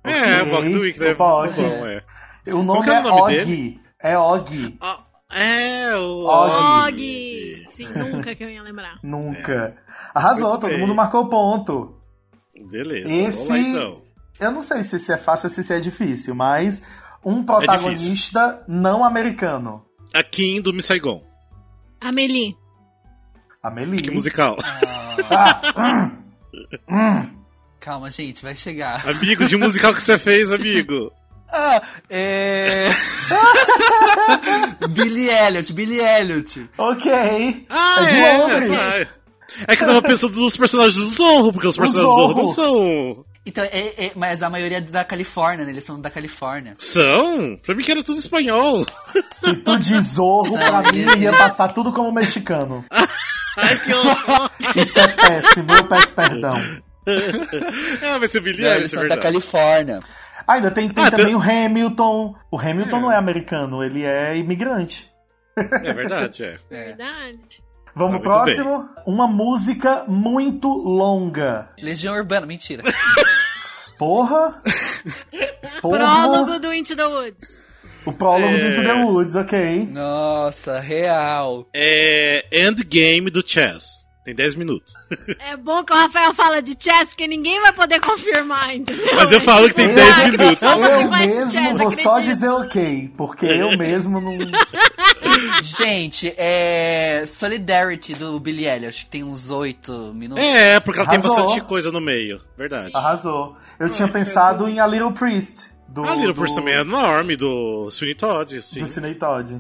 É, o Bog do Week, né?
O Bog.
Bom, é.
O nome
que era
é,
o nome
Og.
dele?
É Og.
Ah, é, o.
Og.
Og! Sim, nunca que eu ia lembrar.
Nunca. Arrasou,
É. Muito
todo
bem.
mundo marcou ponto.
Beleza.
Esse-
Vamos lá então.
Eu não sei se isso é fácil ou se isso é difícil, mas um
É
protagonista não americano.
A Kim do Miss Saigon.
Amelie.
Amelie.
Que musical.
Calma, gente, vai chegar.
Amigo, de musical que você fez, amigo.
Ah, é. Billy Elliot, Billy Elliot.
Ok.
Ah,
é de
é,
Londres.
tá. É que eu tava pensando nos personagens do Zorro, porque os personagens do Zorro não são.
Então, é, é- mas a maioria é da Califórnia, né? Eles são da Califórnia.
São? Pra mim que era tudo espanhol.
Se tu diz zorro, pra mim ia passar tudo como mexicano.
Ai, que horror.
Isso é péssimo, eu peço perdão.
Ah, vai ser Billy
Não, eles
Elliot, é
são da
verdade.
Califórnia.
Ainda tem, tem
Ah,
também
tem-
o Hamilton. O Hamilton não é americano, ele é imigrante.
É verdade, é.
É.
Verdade.
Vamos
Ah,
pro
muito
próximo? Uma música muito longa.
Legião Urbana, mentira.
Porra! Porra.
Prólogo do Into the Woods.
O prólogo
É.
do Into the Woods, ok.
Nossa, real.
É. Endgame do Chess. Tem 10 minutos.
É bom que o Rafael fala de chess, porque ninguém vai poder confirmar, entendeu?
Mas eu falo que tem
Ah,
10
acredito,
minutos.
só você
Eu
conhece
mesmo
chess,
vou só
acredito.
dizer ok, porque eu
É.
mesmo não.
Gente, é. Solidarity do Billy Elliot, que tem uns oito minutos.
É, porque ela
Arrasou.
tem bastante coisa no meio. Verdade.
Arrasou. Eu tinha pensado em A Little Priest. Do,
A Little
do-
Force também é enorme, do Sweeney Todd, sim.
do Cine Todd.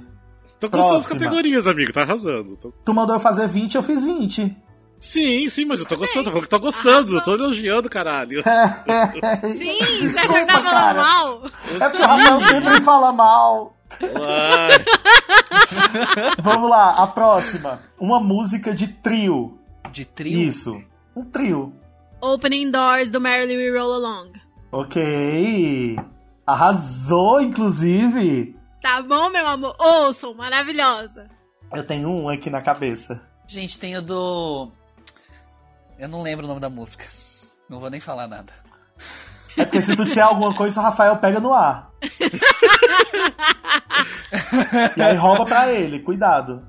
Tô gostando das
Próxima.
categorias, amigo, tá arrasando. Tô-
Tu mandou eu fazer 20, eu fiz 20.
Sim, sim, mas eu tô gostando, tô falando que tô gostando, tô elogiando, caralho.
Sim, você achou que
Desculpa,
tava falando
cara.
mal?
É porque o Rafael sempre fala mal.
Uai.
Vamos lá, a próxima. Uma música de trio.
É.
De trio.
Isso. Um trio.
Opening Doors do Merrily We Roll Along.
Ok. Arrasou, inclusive.
Tá bom, meu amor? Ouçam, maravilhosa.
Eu tenho um aqui na cabeça.
Gente, tem o do. Eu não lembro o nome da música. Não vou nem falar nada.
É porque se tu disser alguma coisa, o Rafael pega no ar. e aí rouba pra ele, cuidado.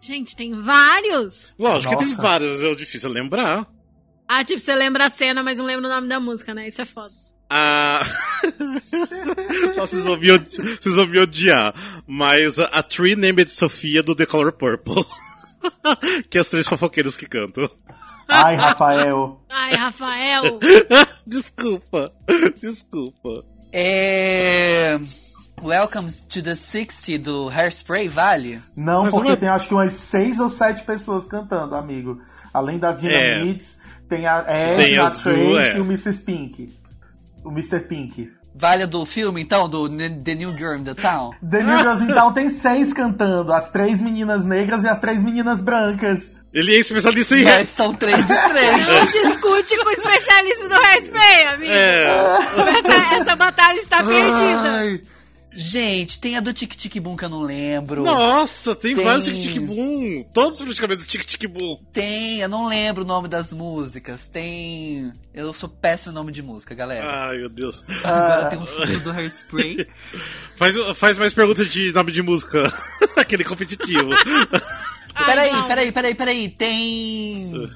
Gente, tem vários.
Lógico que tem
Nossa.
vários, é difícil lembrar.
Ah, tipo, você lembra a cena, mas não lembra o nome da música, né? Isso é foda.
Ah... Nossa, vocês vão, me odi- vocês vão me odiar. Mas a, a Tree Named Sofia do The Color Purple. que é as três fofoqueiras que cantam.
Ai, Rafael.
Ai, Rafael.
Desculpa, desculpa.
É. Welcome to the 60 do Hairspray Vale?
Não,
Mas
porque
uma-
tem acho que umas seis ou sete pessoas cantando, amigo. Além das
É.
Dynamites, tem a Ed,
Tem
a
as duas,
Trace
é.
e o Mrs. Pink. O Mr. Pink.
Vale do filme, então? Do N- The New Girl in the Town?
The New Girls in Town tem seis cantando. As três meninas negras e as três meninas brancas.
Ele é especialista em...
Mas são três e três.
Não discute com o especialista do hairspray, amigo.
É,
Essa, essa batalha está perdida.
Gente, tem a do Tic Tic Boom que eu não lembro.
nossa, tem,
Tem.
vários tic-tic-boom. Todos praticamente do tic-tic-boom.
Tem, eu não lembro o nome das músicas. Tem. Eu sou péssimo em nome de música, galera.
Ai, meu Deus.
Agora tem um filme do Hairspray.
Faz, faz mais perguntas de nome de música. Aquele competitivo.
Ai,
Peraí,
não.
peraí, peraí, peraí. Tem.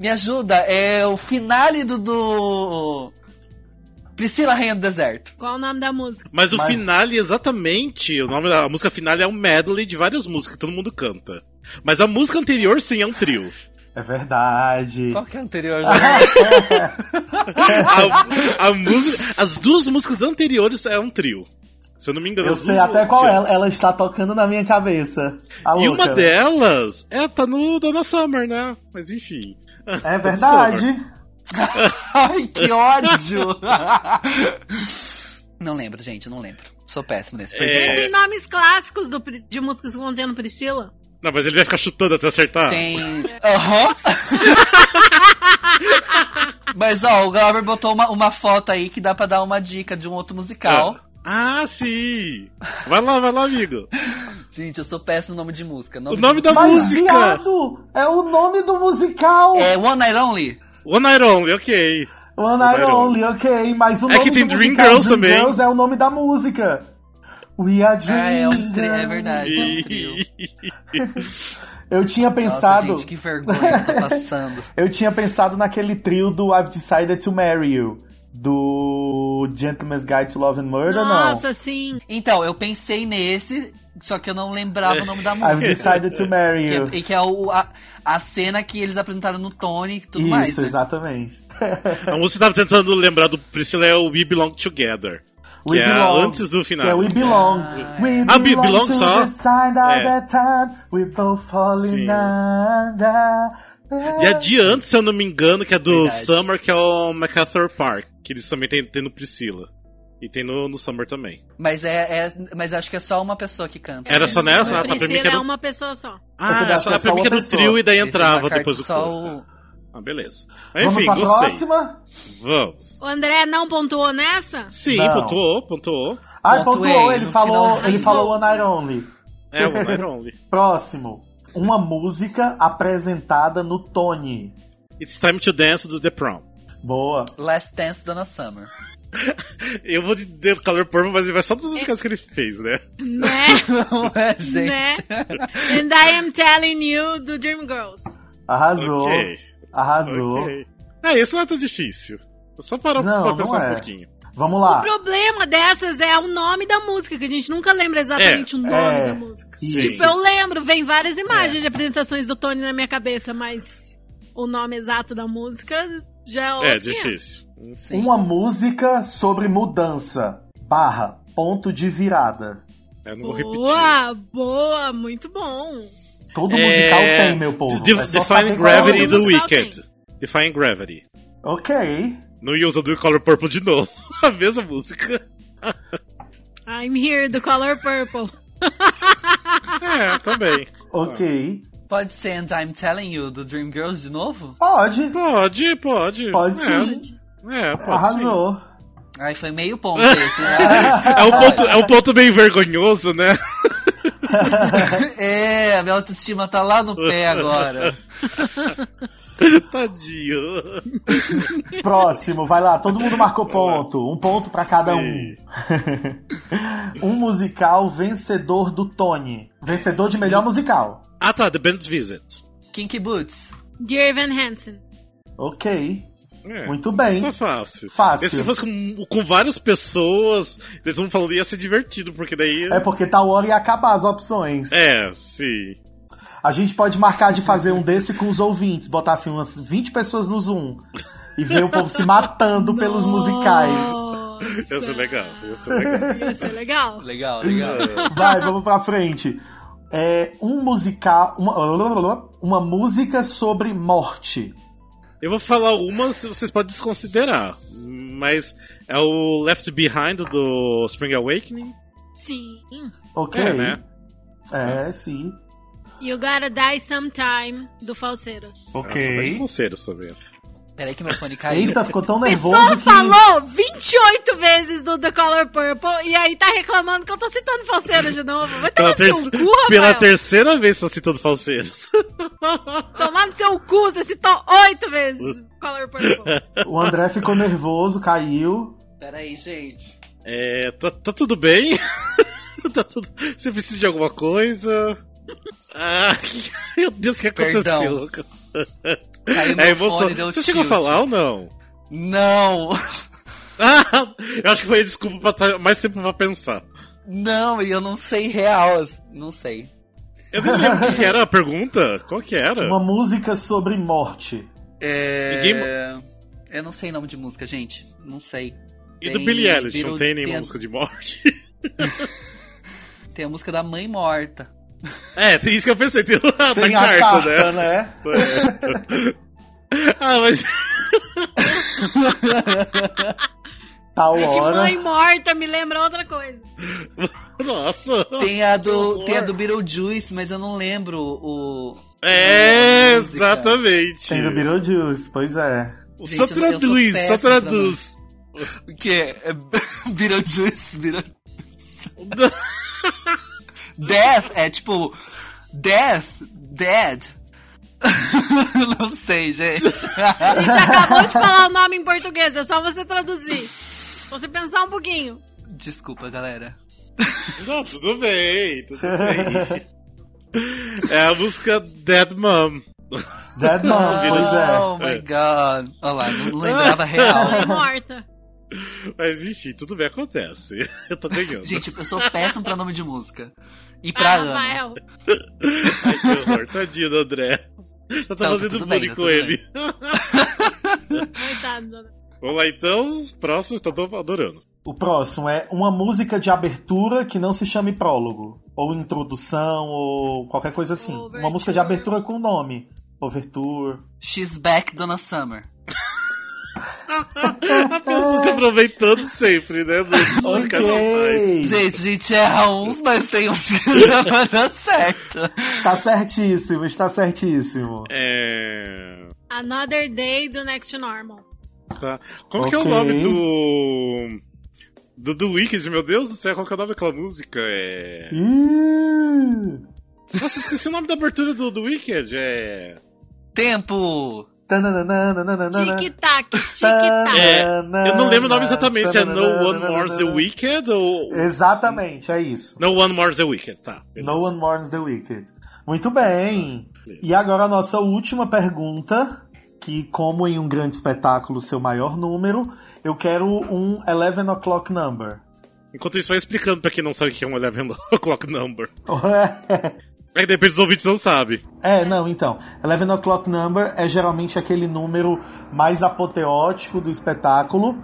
Me ajuda, é o finale do. do... Priscila Rainha do Deserto.
Qual o nome da música?
Mas o
Mas-
finale, exatamente, o nome da a música finale é um medley de várias músicas que todo mundo canta. Mas a música anterior, sim, é um trio.
É verdade.
Qual que é a anterior?
A, a música, as duas músicas anteriores é um trio. Se eu não me engano,
Eu
as
sei
duas
até qual
antes.
ela, ela está tocando na minha cabeça. A né?
E
louca.
uma delas, é, tá no Donna Summer, né? Mas enfim.
É verdade.
Ai, que ódio! não lembro, gente, não lembro. Sou péssimo nesse. perdi.
É.
Tem nomes clássicos do Pri- de músicas que contendo Priscila?
Não, mas ele vai ficar chutando até acertar.
Tem. Aham. Mas ó, o Glauber botou uma, uma foto aí que dá pra dar uma dica de um outro musical.
Ah, sim! Vai lá, vai lá, amigo.
Gente, eu sou péssimo no nome de música.
O nome
de
da
Mas,
música!
viado, é o nome do musical.
É One Night Only?
One Night Only, ok.
One Night
Iron.
Only, ok. Mas o
É
nome
que tem
do
Dream
musical,
Girls
Dream
também.
Girls é o nome da música. We are Dream
Ah, é um tri- é
Girls.
verdade. É um trio.
Eu tinha
Nossa,
pensado...
gente, que vergonha que eu tô passando.
Eu tinha pensado naquele trio do I've Decided to Marry You. Do Gentleman's Guide to Love and Murder,
Nossa, sim.
Então, eu pensei nesse, só que eu não lembrava o nome
É.
da
não. I've
música.
Decided to Marry
Que
You.
é- e que é o- a, a cena que eles apresentaram no Tony e tudo
Isso,
mais. né?
exatamente.
A música tava tentando lembrar do Priscila é o We Belong Together. Que é a antes do final.
Que é We Belong.
é.
We
Ah, Be- Belong
to
só?
the side of
É.
the time. We both falling
Sim.
under.
E a de antes, se eu não me engano, que é do
Verdade.
Summer, que é o MacArthur Park. Que eles também tem, tem no Priscila. E tem no, no Summer também.
Mas é, é- Mas acho que é só uma pessoa que canta.
Era
né?
só nessa?
Não
Ah,
é?
tá, pra mim que
Priscila é
era...
uma pessoa só.
Ah,
Eu
só- a pra mim
também acho que é
que
só
era
uma
do trio e daí
Esse
entrava
McCarthy
depois do
só
coro.
o-
Ah, beleza. Mas,
Vamos
Enfim,
pra
gostei.
próxima.
Vamos.
O André não pontuou nessa?
Sim,
Não.
pontuou, pontuou.
Ai,
Ponto
Ah, pontuou.
A,
Ele
no
falou,
finalzinho.
ele falou One Night Only.
É, o Night Only.
Próximo. Uma música apresentada no Tony.
It's Time to Dance do The Prom.
Boa.
Last Dance Donna Summer.
Eu vou de The Color Purple, mas ele vai só dos
É.
musicais que ele fez, né?
Né?
Não é, gente?
né? And I am telling you do Dreamgirls.
Arrasou.
Ok.
Arrasou.
Ok. É, isso não é tão difícil. Eu só parar
Não,
pra
não
pensar um
é.
pouquinho.
Vamos lá.
O problema dessas é o nome da música, que a gente nunca lembra exatamente o nome
É.
da música.
Sim. É.
Tipo, eu lembro, vem várias imagens de apresentações do Tony na minha cabeça, mas o nome exato da música já é outro.
É,
assim,
500.
difícil.
Sim.
Uma música sobre mudança. Barra. Ponto de virada.
Eu não vou repetir.
Boa, boa, muito bom.
Todo
É,
musical tem, meu povo.
De
é só
Define
saber qual é o
Gravity
nome.
do
musical
Wicked. Define Gravity.
Ok.
Não ia usar do Color Purple de novo. A mesma música.
I'm here do Color Purple.
É, também.
Ok.
Pode ser And I'm Telling You do Dreamgirls de novo?
Pode.
Pode, pode.
Pode
Ah. é.
sim.
É, pode sim.
Arrasou.
Ai, foi meio ponto esse. né?
É um, ponto, é um ponto meio vergonhoso, né?
é, a minha autoestima tá lá no pé agora.
Tadinho.
Próximo, vai lá. Todo mundo marcou ponto. Um ponto pra cada
Sim.
um. um musical vencedor do Tony. Vencedor de melhor musical.
Ah tá, The Band's Visit.
Kinky Boots.
Dear Evan Hansen.
Ok.
É,
Muito bem.
isso Tá fácil.
Fácil.
E Se fosse com, com várias pessoas, eles vão falando ia ser divertido, porque daí.
É porque tá hora ia acabar as opções.
É, sim.
A gente pode marcar de fazer um desse com os ouvintes, botar assim umas 20 pessoas no Zoom e ver o povo se matando pelos musicais.
Nossa.
é
Ia ser legal, ia ser legal.
Ia ser legal.
É.
Legal, legal.
Vai, vamos pra frente. É um musical, uma, uma música sobre morte.
Eu vou falar uma, se vocês podem desconsiderar. Mas é o Left Behind do Spring Awakening.
Sim.
Ok.
É, né?
É, sim.
You Gotta Die Sometime, do Falseiro.
Nossa, mas falseiros também.
Peraí que meu fone caiu.
Eita, ficou tão
Pessoa
nervoso que.
falou 28 vezes do The Color Purple e aí tá reclamando que eu tô citando Falseiro de novo. Vai tomar
Pela,
no seu
terce-
cu, Rafael.
pela terceira vez tá citando falseiros.
Tomar no seu cu, você citou 8 vezes Color Purple.
O André ficou nervoso, caiu.
Peraí, gente.
É, tá, tá tudo bem? tá tudo... Você precisa de alguma coisa? Ah, meu Deus, o que aconteceu?
Perdão.
Lucas?
Caiu
É
meu
emoção.
fone, deu
Você chegou a
tilt.
falar ou não?
Não,
Ah, eu acho que foi desculpa pra tar- mais tempo pra pensar.
não, e eu não sei real. Não sei.
Eu nem lembro o que que era a pergunta. Qual que era?
Uma música sobre morte.
É...
Ninguém-
Eu não sei nome de música, gente. Não sei.
E do
Tem
Billy Eilish, não
Beatle-
tem nenhuma
tem a-
música de morte?
Tem a música da Mãe Morta.
É, tem isso que eu pensei, tem a da
Tem
carta,
a carta,
Tá né?
né?
Ah, mas
Tal
É que
hora.
mãe morta me lembra outra coisa.
nossa.
Tem
Ah,
a
horror.
do, tem a do Beetlejuice, mas eu não lembro o...
É,
Música.
exatamente.
Tem do Beetlejuice, pois é.
Gente,
só
eu- eu sou
traduz, só
péssimo pra
traduz.
O que é? Beetlejuice, Beetlejuice. Death é tipo. Death, dead. Não sei, gente.
A gente acabou de falar o nome em português, é só você traduzir. Você pensar um pouquinho.
Desculpa, galera.
Não, tudo bem, tudo bem. É a música Dead Mom.
Dead Man, pois é.
Oh my god. Olha lá, não lembrava real.
Tô morta.
Mas enfim, tudo bem, acontece. Eu tô ganhando.
Gente, eu sou péssimo pra nome de música. E pra
Ah,
Ana.
Rafael.
Ai, que horror. Tadinho do André. Eu tô
Não,
fazendo
tudo bem,
bullying
tá
com
tudo
ele.
Coitado. dona.
Vamos lá então, próximo, tô adorando.
O próximo é uma música de abertura que não se chame prólogo. Ou introdução, ou qualquer coisa assim. Uma
Overture.
música de abertura com nome. Overture.
She's back, Donna Summer. Uhum.
A pessoa se aproveitando sempre, né? Dos
Ok.
musicais autorais.
Gente, a gente erra uns, mas tem uns que dá dar certo.
Está certíssimo, está certíssimo.
É.
Another Day do Next Normal.
Tá. Qual que é o
Ok.
nome do. Do The Wicked, meu Deus do céu, qual que é o nome daquela música? É.
Ih!
Nossa, esqueci o nome da abertura do, do Wicked. É.
Tempo!
Tananananananana.
Tic-tac, tic-tac.
É, eu não lembro o nome exatamente se é No One More The Wicked ou.
Exatamente, é isso.
No One More The Wicked, tá. beleza.
No one mourns the wicked. Muito bem. E agora a nossa última pergunta, que como em um grande espetáculo seu maior número, eu quero um 11 o'clock number.
Enquanto isso, vai explicando pra quem não sabe o que é um 11 o'clock number. É que de repente os ouvintes não sabem.
É, não, então. 11 o'clock number é geralmente aquele número mais apoteótico do espetáculo,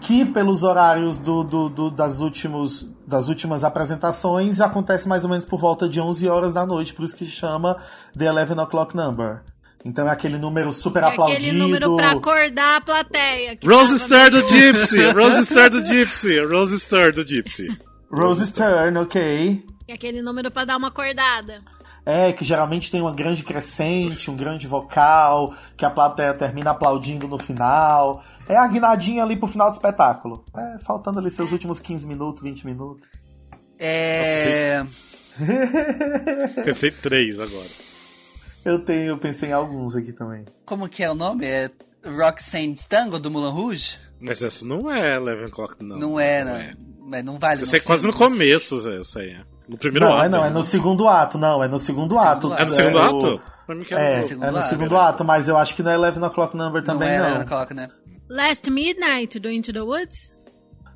que pelos horários do, do- do- das, últimos, das últimas apresentações acontece mais ou menos por volta de 11 horas da noite, por isso que chama The 11 o'clock number. Então é aquele número super
É
aplaudido.
Aquele número pra acordar a plateia. que
Rose
tava-
Star do Gypsy! Rose Star do Gypsy! Rose Star do Gypsy.
Rose Stern, ok.
É Aquele número pra dar uma acordada.
É, que geralmente tem uma grande crescente, um grande vocal, que a plateia termina aplaudindo no final. É a guinadinha ali pro final do espetáculo. É, faltando ali seus últimos 15 minutos, 20 minutos.
É.
Pensei três agora.
Eu tenho, eu pensei em alguns aqui também.
Como que é o nome? É Roxane's Tango do Moulin Rouge?
Mas essa não é 11 o'clock, não.
Não é, né? Mas não vale.
Eu sei quase no
filme.
começo, Zé, essa aí. é. No primeiro
não,
ato.
é não, é no segundo ato, não, é no segundo, ato.
ato.
É no segundo
o-
ato? Pra mim que era
É,
no-
segundo
é no
ato,
segundo
é
ato, mas eu acho que não é 11 o'clock number
Não
também,
é,
não.
Ela coloca, né?
Last Midnight do Into the Woods?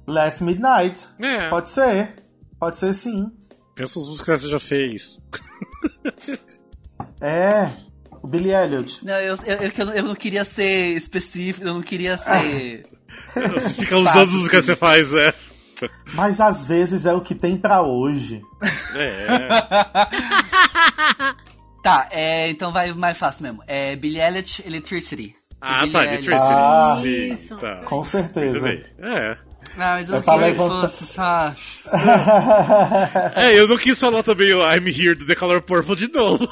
Last Midnight.
É.
Pode ser. Pode ser sim.
Pensa as músicas que você já fez.
É. O Billy Elliot.
Não, eu, eu, eu, que eu não- eu não queria ser específico, eu não queria ser.
Você fica usando
Fácil,
as músicas que você faz, né?
Mas às vezes é o que tem pra hoje.
É.
Tá, é, então vai mais fácil mesmo. É Billy Elliot Electricity.
Ah,
Billie
tá,
Eilish.
Detroit City.
Ah.
Sim,
Isso.
Tá.
Com
Muito
certeza.
bem. É.
Ah, mas eu
É
sei
pra
que
levantar.
fosse, sabe?
É, eu não quis falar também o I'm Here do The Color Purple de novo.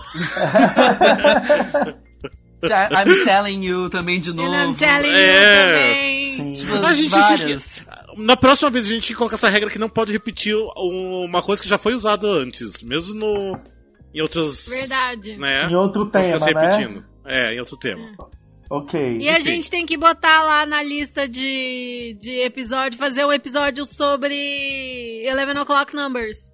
Já- I'm telling you também de
And
novo.
I'm telling
É.
you também.
Sim.
Tipo,
A gente-
várias.
Na próxima vez a gente coloca essa regra que não pode repetir um- uma coisa que já foi usada antes, mesmo no em outros
Verdade.
né?
Em outro
Não fica
tema,
se
né?
repetindo. É, em outro tema.
Ok.
E é- a
Enfim.
gente tem que botar lá na lista de, de episódio, fazer um episódio sobre 11 O'Clock Numbers.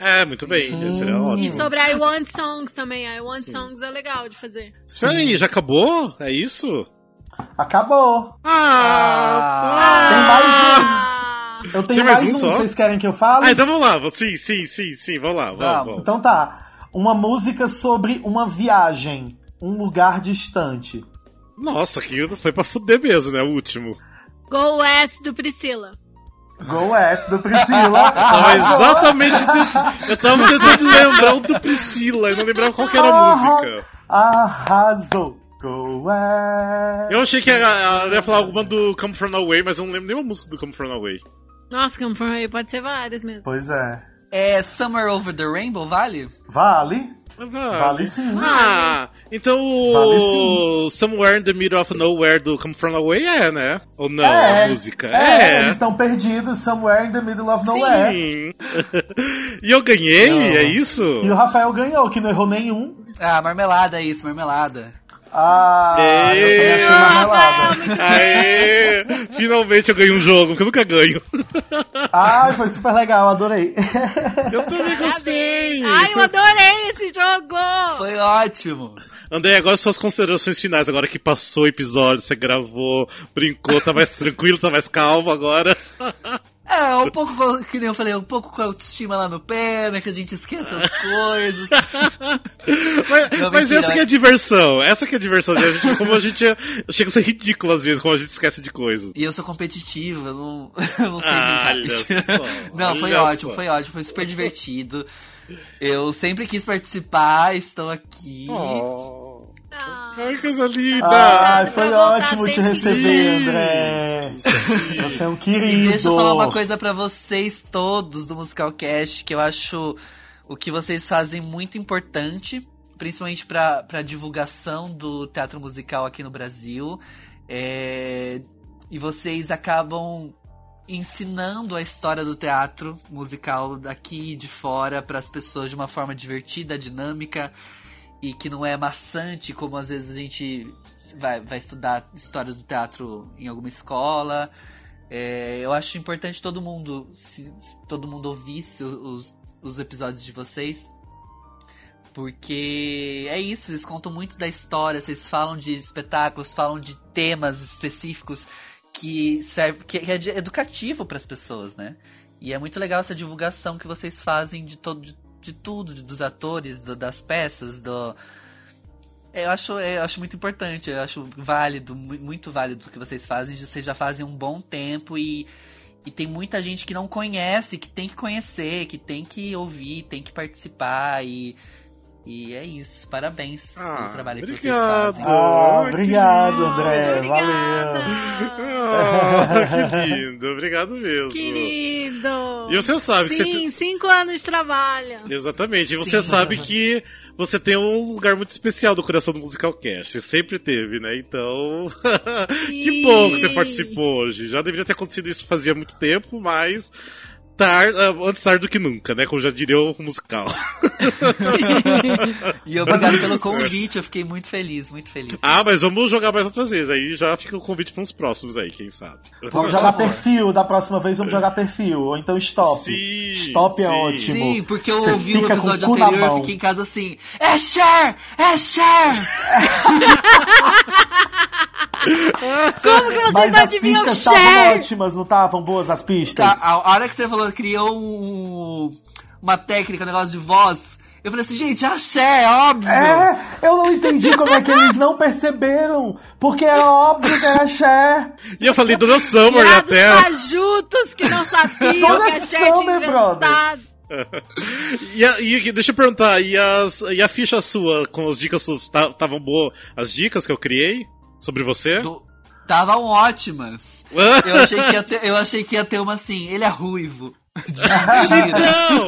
É, muito bem, seria
E
ótimo.
sobre I Want Songs também. I Want Songs é legal de fazer.
Isso aí, já acabou? É isso?
Acabou.
Ah!
Tem mais um.
Ah,
Eu tenho
mais
mais,
um
um.
só?
Vocês querem que eu fale?
Ah, então vamos lá. Sim, sim, sim, sim, vamos lá. Vamos,
Vamos.
vamos.
Então tá. Uma música sobre uma viagem. Um lugar distante.
Nossa, que foi pra fuder mesmo, né? O último.
Go West do Priscila.
Go West do Priscila.
Tava exatamente. tentando- Eu tava tentando lembrar o do Priscila, eu não lembrava qual que era
Ah.
a música.
Arrasou. Go West.
Eu achei que ela ela ia falar alguma do Come From Away, mas eu não lembro nenhuma música do Come From Away.
Nossa, como foi aí, pode ser várias mesmo.
Pois é.
É Summer Over the Rainbow, vale?
Vale?
Vale.
Vale sim.
Ah, Então
Vale
o Somewhere in the Middle of Nowhere do Come From Away é, né? Ou não, a música?
É, eles estão perdidos somewhere in the middle of nowhere.
Sim. e eu ganhei, é isso?
E o Rafael ganhou, que não errou nenhum.
Ah, marmelada, é isso, marmelada.
Ah, eu também achei
Ah,
uma relada.
Aê! Finalmente eu ganhei um jogo, que eu nunca ganho.
Ai, foi super legal, adorei.
Eu também gostei.
Ai, eu adorei esse jogo!
Foi ótimo.
André, agora suas considerações finais, agora que passou o episódio, você gravou, brincou, tá mais tranquilo, tá mais calmo agora.
É, um pouco, com- que nem eu falei, um pouco com a autoestima lá no pé, né, que a gente esquece as coisas.
Mas,
Não,
mas
mentira.
essa que é a diversão, essa que é a diversão. A gente, como a gente é- chega a ser ridículo às vezes, como a gente esquece de coisas.
E eu sou competitivo, eu não, eu não sei brincar.
Ah, Olha só,
não, foi
olha
ótimo,
só.
foi ótimo, foi super divertido. Eu sempre quis participar, estou aqui.
Ah,
Ai, coisa linda!
Ai,
Obrigado
Ah, foi
pra voltar
ótimo te
sem
receber,
seguir.
André. Você é um
E
querido.
deixa eu falar uma coisa pra vocês todos do Musical Cast, que eu acho o que vocês fazem muito importante, principalmente pra, pra divulgação do teatro musical aqui no Brasil. É, E vocês acabam ensinando a história do teatro musical daqui e de fora para as pessoas de uma forma divertida, dinâmica e que não é maçante como às vezes a gente vai, vai estudar história do teatro em alguma escola. É, eu acho importante todo mundo, se, se todo mundo ouvisse os, os episódios de vocês. Porque é isso, vocês contam muito da história, vocês falam de espetáculos, falam de temas específicos que serve que é de- educativo para as pessoas, né? E é muito legal essa divulgação que vocês fazem de todo de, de tudo, de- dos atores, do- das peças, do É, eu acho, é, eu acho muito importante, eu acho válido, mu- muito válido o que vocês fazem, vocês já fazem um bom tempo e, e tem muita gente que não conhece, que tem que conhecer, que tem que ouvir, tem que participar e, e é isso, parabéns
Ah,
pelo trabalho
obrigado.
que vocês fazem.
Ah,
Ai, Oh, que
obrigado,
lindo.
André. Valeu.
Obrigada!
Ah, que lindo, obrigado mesmo.
Querido!
E você sabe que você tem...
Sim, cinco anos de trabalho.
Exatamente. E você
Sim.
sabe que você tem um lugar muito especial do coração do Musical Cast. Sempre teve, né? Então. que
Sim.
bom que você participou hoje. Já deveria ter acontecido isso fazia muito tempo, mas. Tar, ah, antes tarde do que nunca, né? Como já diria o musical.
E obrigado pelo convite, eu fiquei muito feliz, muito feliz.
ah, mas vamos jogar mais outras vezes. Aí já fica o convite para uns próximos aí, quem sabe.
Vamos jogar perfil, da próxima vez vamos jogar perfil. Ou então stop.
Sim,
stop é
sim.
ótimo.
Sim, porque eu
Você
ouvi o
fica com
episódio
o cu na
anterior e
mão.
fiquei em casa assim, é share, é share.
Como que tá vocês
Mas
não
as
adivinham
pistas estavam
share?
ótimas, não estavam boas as pistas?
Tá, a hora que você falou, criou um- uma técnica, um negócio de voz, eu falei assim, gente, é share, óbvio.
É, eu não entendi como é que eles não perceberam. Porque é óbvio que era Cher.
E eu falei Dona Summer
Piados
até.
fajutos que não sabiam
Dona
que a Cher tinha
Summer, né, brother.
inventado.
E, a- e deixa eu perguntar, e, as, e a ficha sua com as dicas suas estavam boas? As dicas que eu criei sobre você?
Do- Estavam ótimas. Eu achei, que ia ter, eu achei que ia ter uma assim, ele é ruivo. De mentira.
Então,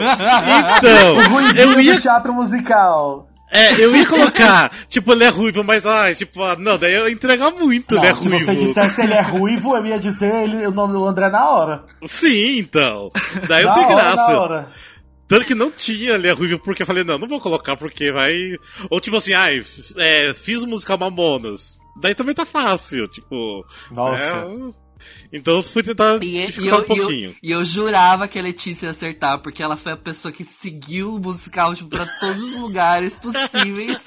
então eu,
Ruivinho
ia,
do teatro musical.
é, eu ia colocar, tipo, ele é ruivo, mas ai, tipo, ah, não, daí eu ia entregar muito, né,
Não, se
ruivo.
você dissesse ele é ruivo, eu ia dizer ele, o nome do André na hora.
Sim, então. Daí eu
na
tenho
hora, na
graça.
hora.
Tanto que não tinha ele é ruivo, porque eu falei, não, não vou colocar, porque vai. Ou tipo assim, ai, f- é, fiz o musical Mamonas. Daí também tá fácil, tipo.
Nossa.
né? Então eu fui tentar
E, é, e
dificultar
eu,
um
e, eu,
pouquinho.
e eu jurava que a Letícia ia acertar, porque ela foi a pessoa que seguiu o musical tipo, pra todos os lugares possíveis.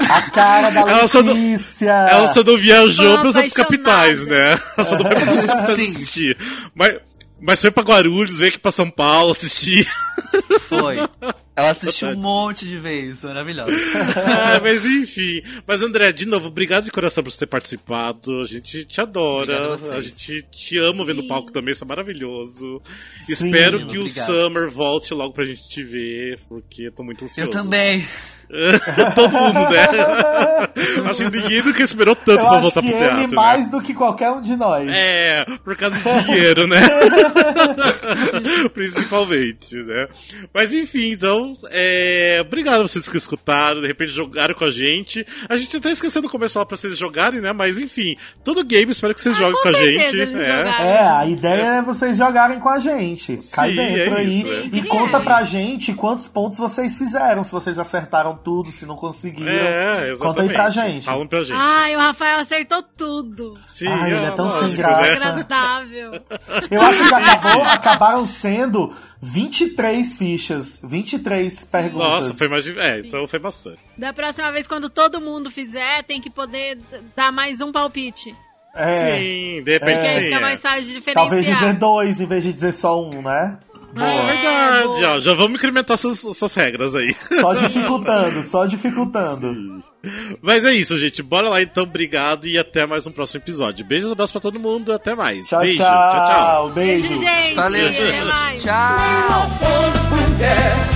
A cara da
Ela só não-
Letícia.
Ela só não viajou
É. Tô
para outras
apaixonada.
capitais, né? Ela só não foi para outras capitais
Sim.
assistir. Mas, mas foi pra Guarulhos, veio aqui pra São Paulo assistir.
Foi. Ela assistiu um monte de vezes, maravilhosa. É.
Ah, mas enfim. Mas André, de novo, obrigado de coração por você ter participado. A gente te adora.
Obrigado a
A,
vocês.
gente te ama vendo o palco também, isso é maravilhoso.
Sim,
Espero que o
obrigado.
Summer volte logo pra gente te ver, porque eu tô muito ansioso.
Eu também.
Todo mundo, né? Acho que ninguém nunca esperou tanto
Eu
pra
acho
voltar
que
pro
ele
teatro.
mais
né?
do que qualquer um de nós.
É, por causa de dinheiro, né? Principalmente, né? Mas enfim, então, é... obrigado a vocês que escutaram, de repente jogaram com a gente. A gente tá até esqueceu no começo lá pra vocês jogarem, né? Mas enfim, todo game, espero que vocês
Ah,
joguem
com
com a
certeza
gente.
eles
é.
jogaram.
É, a ideia é vocês jogarem com a gente. Cai
Sim,
dentro
é
aí
isso, é.
e conta pra gente quantos pontos vocês fizeram, se vocês acertaram tudo, se não conseguiram.
É, exatamente.
Conta aí pra gente.
Falam pra gente.
Ai, o Rafael acertou tudo.
Sim,
Ai, ele é tão sem
lógico,
graça.
né?
Agradável.
Eu acho que acabou, acabaram sendo 23 fichas, 23 perguntas.
Nossa, foi mais. de- É, então foi bastante.
Da próxima vez, quando todo mundo fizer, tem que poder d- dar mais um palpite.
É,
Sim, de repente
Porque aí
sim.
fica
é.
mais fácil de diferenciar.
talvez dizer dois em vez de dizer só um, né?
Ah, é
É,
verdade,
boa.
ó. Já vamos incrementar essas, essas regras aí.
Só dificultando, só dificultando.
Mas é isso, gente. Bora lá então, obrigado e até mais um próximo episódio. Beijos, abraço pra todo mundo, até mais.
Tchau,
Beijo,
tchau.
tchau, tchau.
Beijo,
Beijo.
gente.
Valeu,
Até mais.
Tchau!
One who dares